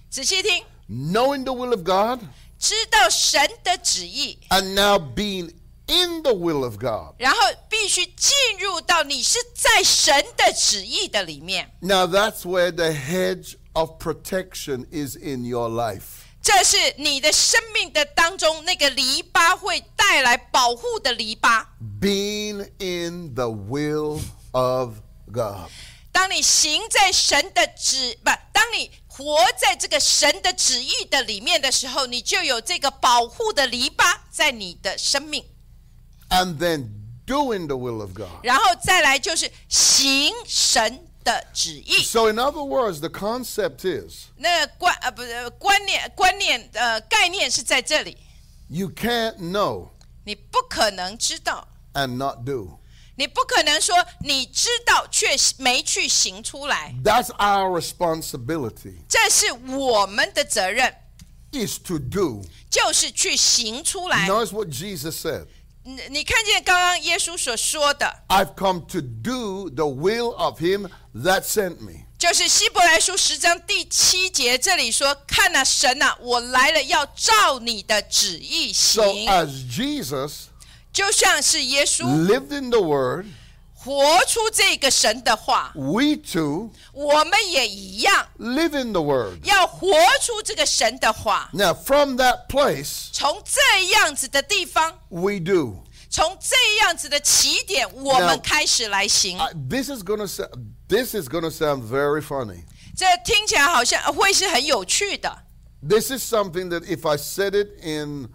Speaker 1: 仔细听，
Speaker 2: Knowing the will of God
Speaker 1: 知道神的旨意，
Speaker 2: and now being in the will of God.
Speaker 1: 然后必须进入到你是在神的旨意的里面，
Speaker 2: Now that's where the hedge of protection is in your life.
Speaker 1: 这是你的生命的当中那个篱笆会带来保护的篱笆。
Speaker 2: Being in the will of God.
Speaker 1: 当你行在神的旨不，当你活在这个神的旨意的里面的时候，你就有这个保护的篱笆在你的生命。
Speaker 2: And then doing the will of God.
Speaker 1: 然后再来就是行神的旨意。
Speaker 2: So, in other words, the concept is
Speaker 1: 那观呃不是呃观念观念呃概念是在这里，
Speaker 2: You can't know
Speaker 1: 你不可能知道，
Speaker 2: and not do.
Speaker 1: 你不可能说你知道却没去行出来，
Speaker 2: That's our responsibility
Speaker 1: 这是我们的责任，
Speaker 2: is to do.
Speaker 1: 就是去行出来。
Speaker 2: Notice what Jesus said.
Speaker 1: 你你看见刚刚耶稣所说的，
Speaker 2: I've come to do the will of him that sent me.
Speaker 1: 就是希伯来书十章第七节这里说：“看呐、神呐、我来了，要照你的旨意
Speaker 2: So uh，
Speaker 1: 行。
Speaker 2: as Jesus ”
Speaker 1: 就像是耶稣
Speaker 2: lived in the word,
Speaker 1: 活出这个神的话，
Speaker 2: we too
Speaker 1: 我们也一样
Speaker 2: live in the word.
Speaker 1: 要活出这个神的话。
Speaker 2: Now from that place
Speaker 1: 从这样子的地方，
Speaker 2: we do.
Speaker 1: 从这样子的起点，我们
Speaker 2: Now-
Speaker 1: 开始来行。
Speaker 2: I, this is going to this is going to sound very funny.
Speaker 1: 这听起来好像呃会是很有趣的。
Speaker 2: This is something that if I said it in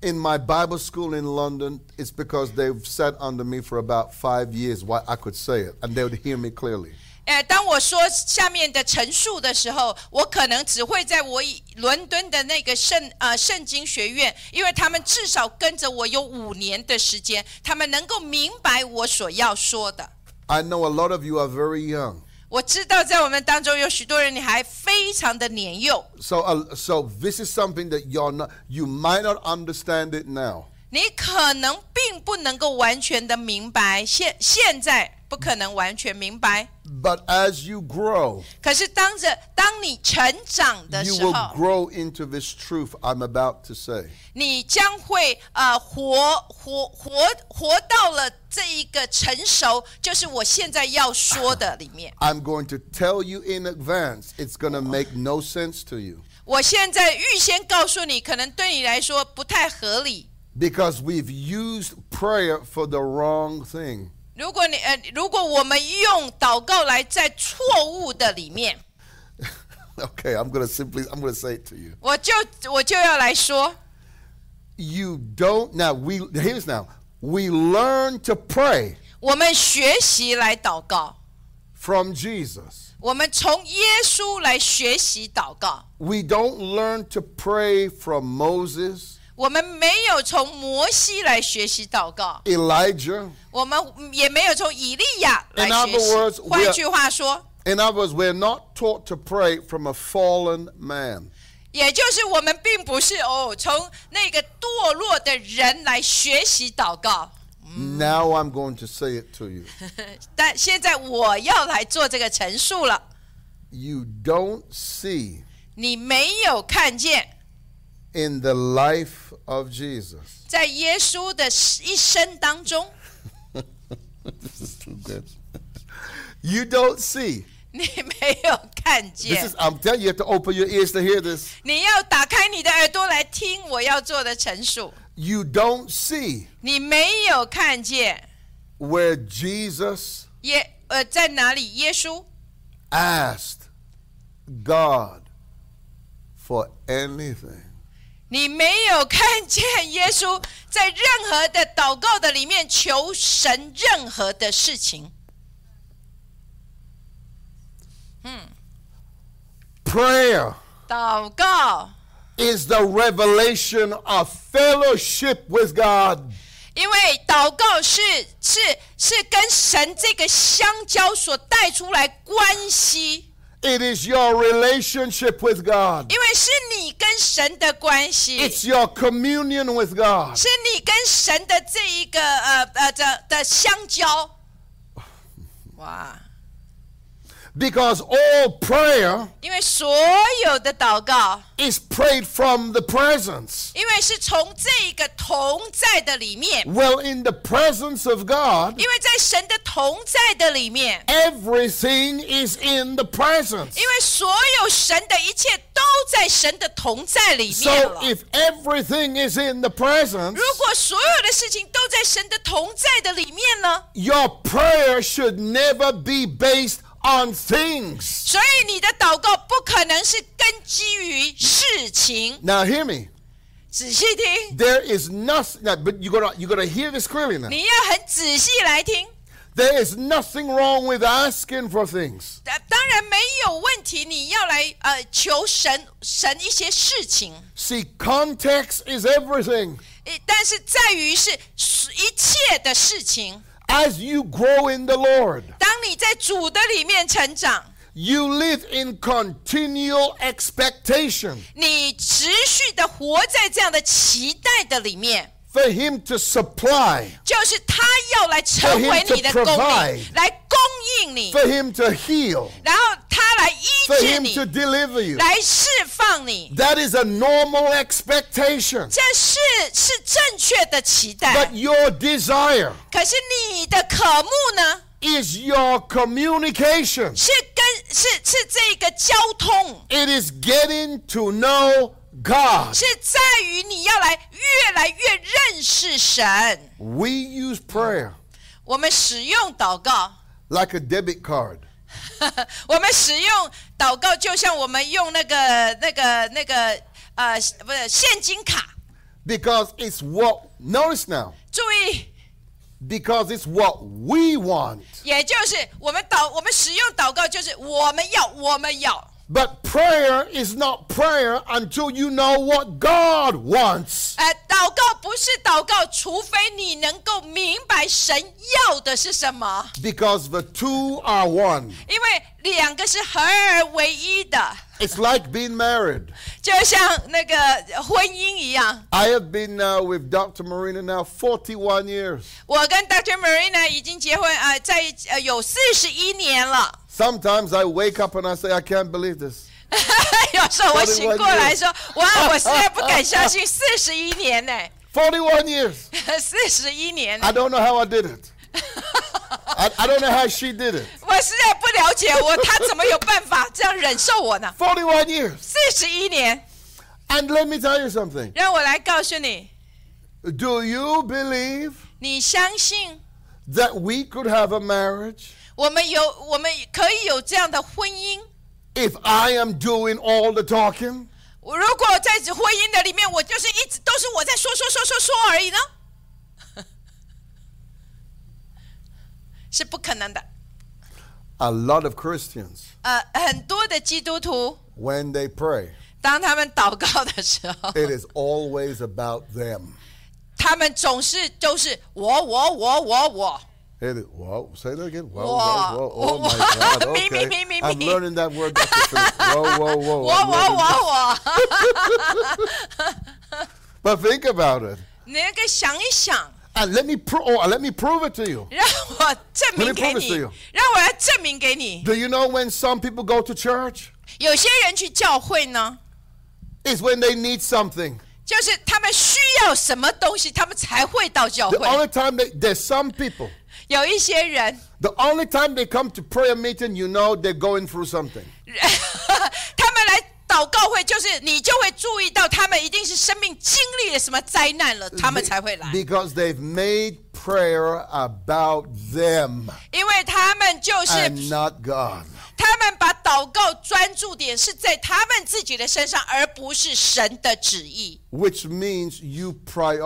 Speaker 2: in my Bible school in London, it's because they've sat under me for about five years why I could say it and they would hear me clearly.
Speaker 1: 哎，当我说下面的陈述的时候，我可能只会在我以伦敦的那个圣呃圣经学院，因为他们至少跟着我有五年的时间，他们能够明白我所要说的。
Speaker 2: I know a lot of you are very young.
Speaker 1: 我知道在我们当中有许多人，你还非常的年幼，
Speaker 2: So uh, so this is something that you're not you might not understand it now.
Speaker 1: 你可能并不能够完全的明白，现现在不可能完全明白。
Speaker 2: But as you grow,
Speaker 1: 可是当着当你成长的
Speaker 2: you
Speaker 1: 时
Speaker 2: will
Speaker 1: 候，
Speaker 2: grow into this truth I'm about to say.
Speaker 1: 你将会呃活活活活到了这一个成熟，就是我现在要说的里 面。
Speaker 2: I'm going to tell you in advance. It's going to make no sense to you
Speaker 1: 我现在预先告诉你，可能对你来说不太合理。
Speaker 2: because we've used prayer for the wrong thing.
Speaker 1: 如果你呃，如果我们用祷告来在错误的里面，
Speaker 2: okay, I'm going to simply I'm going to say it to you.
Speaker 1: 我就我就要来说，
Speaker 2: You don't now we here's now. We learn to pray
Speaker 1: 我们学习来祷告，
Speaker 2: from Jesus.
Speaker 1: 我们从耶稣来学习祷告，
Speaker 2: We don't learn to pray from Moses,
Speaker 1: 我们没有从摩西来学习祷告。
Speaker 2: Elijah.
Speaker 1: 我们也没有从以利亚来
Speaker 2: In other
Speaker 1: 学习
Speaker 2: words, we are-
Speaker 1: 换句话说，
Speaker 2: In other words, we're not taught to pray from a fallen man.
Speaker 1: 也就是我们并不是哦从那个堕落的人来学习祷告。
Speaker 2: Now I'm going to say it to you.
Speaker 1: 但现在我要来做这个陈述了，
Speaker 2: You don't see
Speaker 1: 你没有看见，
Speaker 2: in the life of Jesus.
Speaker 1: 在耶稣的一生当中，
Speaker 2: This is too good. You don't see.
Speaker 1: 你没有看
Speaker 2: This
Speaker 1: 见
Speaker 2: is。I'm telling you, you have to open your ears to hear this.
Speaker 1: 你要打开你的耳朵来听我要做的陈述。
Speaker 2: You don't see
Speaker 1: 你没有看见
Speaker 2: where Jesus
Speaker 1: 耶呃在哪里？耶稣
Speaker 2: asked God for anything.
Speaker 1: 你没有看见耶稣在任何的祷告的里面求神任何的事情。
Speaker 2: Prayer
Speaker 1: 祷告，
Speaker 2: is the revelation of fellowship with God.
Speaker 1: 因为祷告是是是跟神这个相交所带出来关系，
Speaker 2: It is your relationship with God.
Speaker 1: 因为是你跟神的关系，
Speaker 2: It's your communion with God.
Speaker 1: 是你跟神的这一个呃呃的的相交。哇，
Speaker 2: Because all prayer
Speaker 1: 因为所有的祷告，
Speaker 2: is prayed from the presence.
Speaker 1: 因为是从这一个同在的里面。
Speaker 2: Well, in the presence of God,
Speaker 1: 因为在神的同在的里面，
Speaker 2: everything is in the presence.
Speaker 1: 因为所有神的一切都在神的同在里面
Speaker 2: So
Speaker 1: 了。
Speaker 2: if everything is in the presence,
Speaker 1: 如果所有的事情都在神的同在的里面呢？
Speaker 2: your prayer should never be based on things.
Speaker 1: 所以你的祷告不可能是根基于事情。
Speaker 2: Now hear me.
Speaker 1: 仔细听，
Speaker 2: There is nothing now, but you gotta you gotta hear this clearly now.
Speaker 1: 你要很仔细来听。
Speaker 2: There is nothing wrong with asking for things.
Speaker 1: 当当然没有问题，你要来呃求神神一些事情，
Speaker 2: See, context is everything.
Speaker 1: 呃但是在于是一切的事情。
Speaker 2: As you grow in the Lord,
Speaker 1: 当你在主的里面成长，
Speaker 2: you live in continual expectation
Speaker 1: 你持续的活在这样的期待的里面，
Speaker 2: for Him to supply,
Speaker 1: 就是他要来成为你的
Speaker 2: For him to
Speaker 1: 供
Speaker 2: provide.
Speaker 1: 应，来供应你，
Speaker 2: for Him to heal,
Speaker 1: 然后他来医
Speaker 2: for
Speaker 1: 治
Speaker 2: Him
Speaker 1: 你
Speaker 2: to，deliver you.
Speaker 1: 来释放你。
Speaker 2: That is a normal expectation.
Speaker 1: 这是是正确的期待
Speaker 2: But，your desire
Speaker 1: 可是你的渴慕呢？
Speaker 2: is your communication.
Speaker 1: 是跟是是这个交通，
Speaker 2: It is getting to know God.
Speaker 1: 是在于你要来越来越认识神。
Speaker 2: We use prayer
Speaker 1: 我们使用祷告，
Speaker 2: like a debit card.
Speaker 1: 我们使用祷告，就像我们用那个那个那个呃，不是现金卡。
Speaker 2: Because it's what, notice now,
Speaker 1: 注意，
Speaker 2: because it's what we want.
Speaker 1: 也就是我们祷，我们使用祷告，就是我们要，我们要。
Speaker 2: But prayer is not prayer until you know what God wants.
Speaker 1: 呃，祷告不是祷告，除非你能够明白神要的是什么，
Speaker 2: Because the two are one.
Speaker 1: 因为两个是合而为一的。
Speaker 2: It's like being married.
Speaker 1: 就像那个婚姻一样，
Speaker 2: I have been now with Dr. Marina now 41 years.
Speaker 1: 我跟 Dr. Marina 已经结婚啊、呃在一起呃有四十一年了。
Speaker 2: Sometimes I wake up and I say, I can't believe this.
Speaker 1: 有时候我醒过来说，哇，我实在不敢相信，四十一年呢、
Speaker 2: 41 years.
Speaker 1: 四十一年，
Speaker 2: I don't know how I did it. I, I don't know how she did it.
Speaker 1: 我实在不了解我，他怎么有办法这样忍受我呢？
Speaker 2: 41 years.
Speaker 1: 四十一年，
Speaker 2: And let me tell you something.
Speaker 1: 让我来告诉你，
Speaker 2: Do you believe
Speaker 1: 你相信
Speaker 2: that we could have a marriage
Speaker 1: 我们有，我们可以有这样的婚姻？
Speaker 2: if I am doing all the talking?
Speaker 1: 我如果在婚姻的里面，我就是一直都是我在说说说说说而已呢， 是不可能的。
Speaker 2: A lot of Christians,
Speaker 1: 呃，很多的基督徒，
Speaker 2: when they pray,
Speaker 1: 当他们祷告的时候，
Speaker 2: it is always about them.
Speaker 1: 他们总是都是我我我我我，
Speaker 2: It is, whoa, say that again. Whoa,
Speaker 1: Whoa.
Speaker 2: whoa, whoa. Oh my
Speaker 1: Whoa.
Speaker 2: God.
Speaker 1: Me, me,
Speaker 2: Okay.
Speaker 1: me, me,
Speaker 2: I'm
Speaker 1: me.
Speaker 2: learning that word. Dr. Phillips. Whoa, whoa, whoa.
Speaker 1: 我
Speaker 2: I'm
Speaker 1: 我
Speaker 2: learning that.
Speaker 1: 我我。
Speaker 2: But think about it.
Speaker 1: 你那个想一想，
Speaker 2: And let me pro- oh, let me prove it to you.
Speaker 1: 让我证明给
Speaker 2: Let me promise
Speaker 1: 你
Speaker 2: to you.，
Speaker 1: 让我来证明给你。
Speaker 2: Do you know when some people go to church?
Speaker 1: 有些人去教会呢，
Speaker 2: It's when they need something.
Speaker 1: 就是他们需要什么东西，他们才会到教
Speaker 2: The
Speaker 1: 会。
Speaker 2: only time they, there's some people.
Speaker 1: 有一些人，
Speaker 2: The only time they come to prayer meeting, you know they're going through something.
Speaker 1: 他们来祷告会，就是你就会注意到，他们一定是生命经历了什么灾难了，
Speaker 2: 嗯
Speaker 1: 他们才会来，
Speaker 2: Because they've made prayer about them
Speaker 1: 因为他们就是
Speaker 2: and not God.
Speaker 1: 他们把祷告专注点是在他们自己的身上，而不是神的旨意。
Speaker 2: Which means you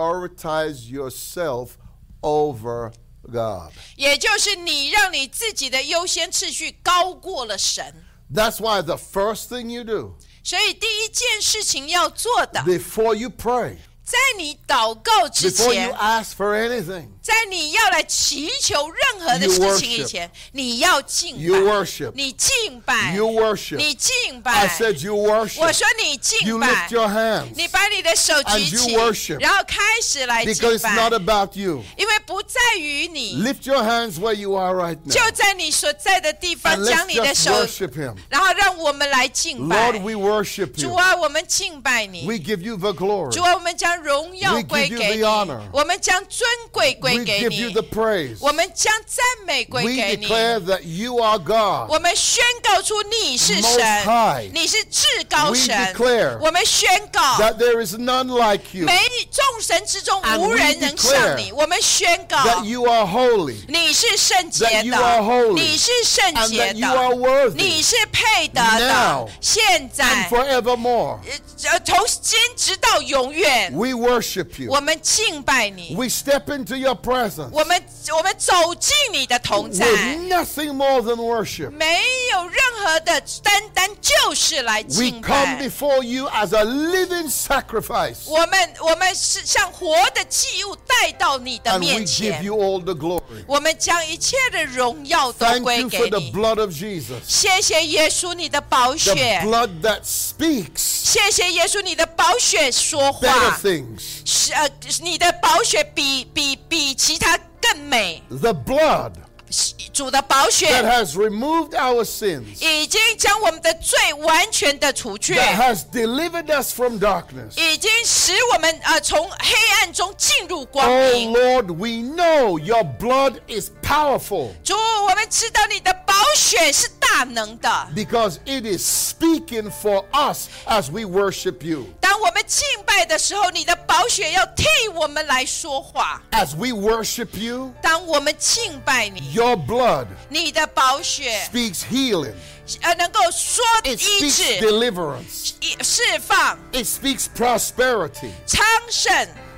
Speaker 2: prioritize yourself over God.
Speaker 1: 也就是你让你自己的优先次序高过了神，
Speaker 2: That's why the first thing you do
Speaker 1: 所以第一件事情要做的，
Speaker 2: before you pray,
Speaker 1: 在你祷告之
Speaker 2: before you
Speaker 1: 前，
Speaker 2: ask for anything,
Speaker 1: 在你要来祈求任何的
Speaker 2: You
Speaker 1: 事情
Speaker 2: worship.
Speaker 1: 以前，你要敬
Speaker 2: you
Speaker 1: 拜，
Speaker 2: worship.
Speaker 1: 你敬拜
Speaker 2: You，worship.
Speaker 1: 你敬
Speaker 2: I
Speaker 1: 拜。
Speaker 2: said you
Speaker 1: 我
Speaker 2: worship.
Speaker 1: 说你
Speaker 2: You
Speaker 1: 敬
Speaker 2: lift
Speaker 1: 拜，
Speaker 2: your hands
Speaker 1: 你把你的手举
Speaker 2: And
Speaker 1: 起
Speaker 2: you worship.，
Speaker 1: 然后开始来敬
Speaker 2: because it's
Speaker 1: 拜
Speaker 2: not，about you.
Speaker 1: 因为不在于你，
Speaker 2: Lift your hands where you are right now.
Speaker 1: 就在你所在的地
Speaker 2: And
Speaker 1: 方，将
Speaker 2: let's
Speaker 1: 你的
Speaker 2: just
Speaker 1: 手，
Speaker 2: worship him.
Speaker 1: 然后让我们来敬拜
Speaker 2: Lord,。we worship
Speaker 1: 主
Speaker 2: you.
Speaker 1: 啊，我们敬拜你。
Speaker 2: We give you the glory.
Speaker 1: 主啊，我们将荣
Speaker 2: We
Speaker 1: 耀
Speaker 2: give
Speaker 1: 归
Speaker 2: you
Speaker 1: 给
Speaker 2: the
Speaker 1: 你
Speaker 2: honor.，
Speaker 1: 我们将尊贵归
Speaker 2: We
Speaker 1: 给
Speaker 2: give you
Speaker 1: 你
Speaker 2: the，praise.
Speaker 1: 我们将赞美归
Speaker 2: We
Speaker 1: 给你。
Speaker 2: declare that you are God.
Speaker 1: 我们宣告出你是
Speaker 2: Most
Speaker 1: 神
Speaker 2: high.，
Speaker 1: 你是至高
Speaker 2: We
Speaker 1: 神
Speaker 2: declare。
Speaker 1: 我们宣告，
Speaker 2: That there is none like you.
Speaker 1: 没众神之中
Speaker 2: And
Speaker 1: 无
Speaker 2: we
Speaker 1: 人能像
Speaker 2: declare
Speaker 1: 你。我们宣告，
Speaker 2: that you are holy,
Speaker 1: 你是圣洁
Speaker 2: that you are
Speaker 1: 的，
Speaker 2: holy,
Speaker 1: 你是圣
Speaker 2: and
Speaker 1: 洁
Speaker 2: that you are
Speaker 1: 的，
Speaker 2: worthy
Speaker 1: 你是配得的
Speaker 2: Now。
Speaker 1: 现
Speaker 2: and
Speaker 1: 在，
Speaker 2: forevermore.
Speaker 1: 呃呃，从今直到永远，
Speaker 2: We worship you.
Speaker 1: 我们敬拜你，
Speaker 2: We step into your presence
Speaker 1: 我们我们走进你的同在，
Speaker 2: with nothing more than worship.
Speaker 1: 没有任何的单单就是来
Speaker 2: We
Speaker 1: 敬
Speaker 2: come
Speaker 1: 拜。
Speaker 2: before you as a living sacrifice
Speaker 1: 我们我们是像活的祭物带到你的
Speaker 2: and
Speaker 1: 面
Speaker 2: we give
Speaker 1: 前，
Speaker 2: you all the glory.
Speaker 1: 我们将一切的荣耀都
Speaker 2: Thank
Speaker 1: 归
Speaker 2: you
Speaker 1: 给
Speaker 2: for the
Speaker 1: 你。
Speaker 2: blood of Jesus,
Speaker 1: 谢谢耶稣你的宝
Speaker 2: the
Speaker 1: 血，
Speaker 2: blood that speaks
Speaker 1: 谢谢耶稣你的宝血说
Speaker 2: better
Speaker 1: 话，
Speaker 2: things,
Speaker 1: 是呃，你的宝血比比比其他更美。
Speaker 2: the blood
Speaker 1: 是主的宝
Speaker 2: that
Speaker 1: 血
Speaker 2: has removed our sins,
Speaker 1: 已经将我们的罪完全的除去，
Speaker 2: that has delivered us from darkness.
Speaker 1: 已经使我们呃从黑暗中进入光
Speaker 2: Oh
Speaker 1: 明。
Speaker 2: Lord, we know your blood is powerful
Speaker 1: 主，我们知道你的宝血是大能的。
Speaker 2: because it is speaking for us as we worship you.
Speaker 1: 当我们敬拜的时候，你的宝血要替我们来说话。
Speaker 2: As we worship you,
Speaker 1: 当我们敬拜你，
Speaker 2: your blood
Speaker 1: 你的宝血
Speaker 2: speaks healing,
Speaker 1: 呃能够说
Speaker 2: it
Speaker 1: 医
Speaker 2: speaks
Speaker 1: 治、
Speaker 2: deliverance,
Speaker 1: 医释放、
Speaker 2: it speaks prosperity
Speaker 1: 昌盛，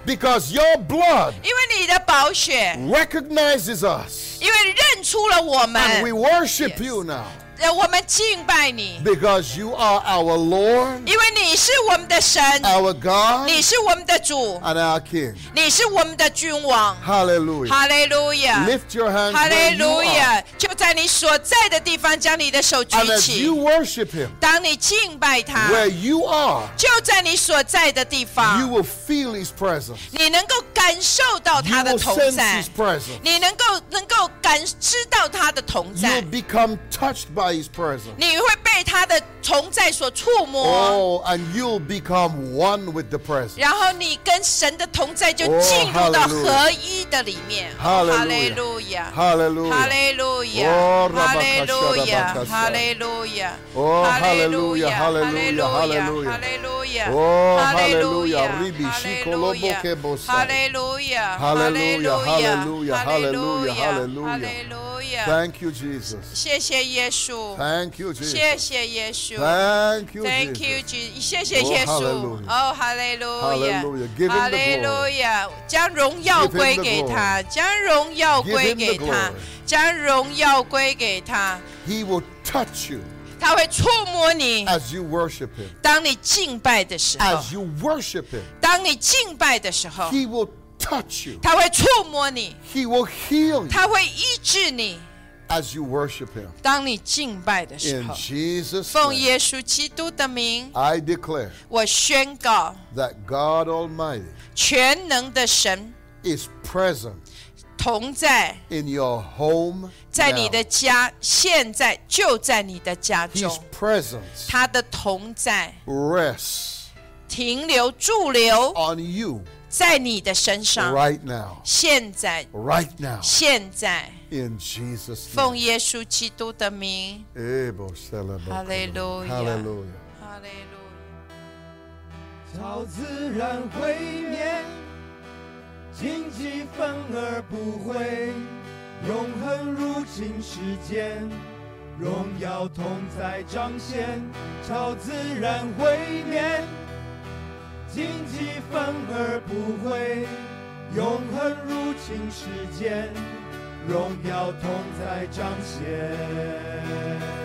Speaker 2: because your blood
Speaker 1: 因为你的宝血，
Speaker 2: recognizes us.
Speaker 1: 因为认出了我
Speaker 2: And
Speaker 1: 们
Speaker 2: we。worship
Speaker 1: Yes.
Speaker 2: you now
Speaker 1: 呃，我们敬拜你，
Speaker 2: because you are our Lord,
Speaker 1: 因为你是我们的神，
Speaker 2: our God,
Speaker 1: 你是我们的主，
Speaker 2: and our King.
Speaker 1: 你是我们的君王。
Speaker 2: Hallelujah.
Speaker 1: 哈利路亚，
Speaker 2: Lift your hands.
Speaker 1: 哈利
Speaker 2: where
Speaker 1: 路
Speaker 2: you are.
Speaker 1: 亚！就在你所在的地方，将你的手举
Speaker 2: And as
Speaker 1: 起
Speaker 2: you。worship Him,
Speaker 1: 当你敬拜他，
Speaker 2: where you are,
Speaker 1: 就在你所在的地
Speaker 2: you
Speaker 1: 方，
Speaker 2: will feel His presence.
Speaker 1: 你能够感受到
Speaker 2: You
Speaker 1: 他的
Speaker 2: will
Speaker 1: 同
Speaker 2: sense
Speaker 1: 在
Speaker 2: His，presence.
Speaker 1: 你能够能够感知到他的同
Speaker 2: You'll
Speaker 1: 在，
Speaker 2: become touched by His presence.
Speaker 1: 你会被他的同在所触摸，
Speaker 2: Oh, and you'll become one with the presence.
Speaker 1: 然后你跟神的同在就
Speaker 2: 哦
Speaker 1: 进入到
Speaker 2: Hallelujah
Speaker 1: 合一的里面。
Speaker 2: Hallelujah
Speaker 1: 路亚，哈
Speaker 2: Hallelujah.
Speaker 1: 利路亚，
Speaker 2: 哦
Speaker 1: 哈利
Speaker 2: Rabakasha，
Speaker 1: 路亚，
Speaker 2: Rabakasha
Speaker 1: 哈利路亚，
Speaker 2: 哦
Speaker 1: 哈利
Speaker 2: Oh, Hallelujah，
Speaker 1: 哈利路
Speaker 2: Hallelujah，
Speaker 1: 亚，
Speaker 2: Hallelujah
Speaker 1: 哈利路亚，
Speaker 2: 哦
Speaker 1: 哈利
Speaker 2: Hallelujah，
Speaker 1: 哈利
Speaker 2: Ribi
Speaker 1: 路
Speaker 2: Shikolobo
Speaker 1: 亚，
Speaker 2: Kebosai
Speaker 1: 哈利路亚，
Speaker 2: Hallelujah，
Speaker 1: 哈利
Speaker 2: Hallelujah，
Speaker 1: 哈利路
Speaker 2: Hallelujah，
Speaker 1: 亚，哈
Speaker 2: Hallelujah
Speaker 1: 利路亚，
Speaker 2: Thank you, Jesus.
Speaker 1: 谢谢耶稣，
Speaker 2: Thank you,
Speaker 1: 谢
Speaker 2: Jesus.
Speaker 1: 谢耶稣。
Speaker 2: Thank you,
Speaker 1: Thank you,
Speaker 2: Jesus.
Speaker 1: Jesus，谢谢
Speaker 2: Oh,
Speaker 1: 耶稣。
Speaker 2: hallelujah.
Speaker 1: 哦，哈利路亚
Speaker 2: Hallelujah. Give him the，glory.
Speaker 1: 哈利路亚，将荣耀
Speaker 2: Give him the
Speaker 1: 归给他，将荣耀
Speaker 2: Give him
Speaker 1: 归给
Speaker 2: the
Speaker 1: 他
Speaker 2: glory.，
Speaker 1: 将荣耀归给他。
Speaker 2: He will touch you
Speaker 1: 他会触摸你，
Speaker 2: as you worship Him.
Speaker 1: 当你敬拜的时候，
Speaker 2: As you worship Him,
Speaker 1: 当你敬拜的时候，
Speaker 2: He will touch you.
Speaker 1: 他会触摸你，
Speaker 2: He will heal you
Speaker 1: 他会医治你。
Speaker 2: as you worship Him.
Speaker 1: 当你敬拜的时
Speaker 2: In
Speaker 1: 候，
Speaker 2: Jesus'
Speaker 1: 奉
Speaker 2: name,
Speaker 1: 耶稣基督的名，
Speaker 2: I declare
Speaker 1: 我宣告，
Speaker 2: that God Almighty
Speaker 1: 全能的神
Speaker 2: is present
Speaker 1: 同在。
Speaker 2: in your home.
Speaker 1: 在你
Speaker 2: Now.
Speaker 1: 的家，现在就在你的家
Speaker 2: His
Speaker 1: 中，
Speaker 2: presence
Speaker 1: 他的同在
Speaker 2: rests
Speaker 1: 停留驻留
Speaker 2: on you
Speaker 1: 在你的身上。
Speaker 2: Oh. right now.
Speaker 1: 现在，
Speaker 2: Right now.
Speaker 1: 现在，
Speaker 2: In Jesus'
Speaker 1: 奉
Speaker 2: name. Eh,
Speaker 1: 耶稣基督的名，
Speaker 2: Ebo shalabo.
Speaker 1: Hallelujah.
Speaker 2: Hallelujah.
Speaker 1: 哈利路亚。
Speaker 3: 超自然毁灭，荆棘反而不会，永恒入侵世间，荣耀同在彰显，超自然毁灭，荆棘反而不会，永恒入侵世间，荣耀同在彰显。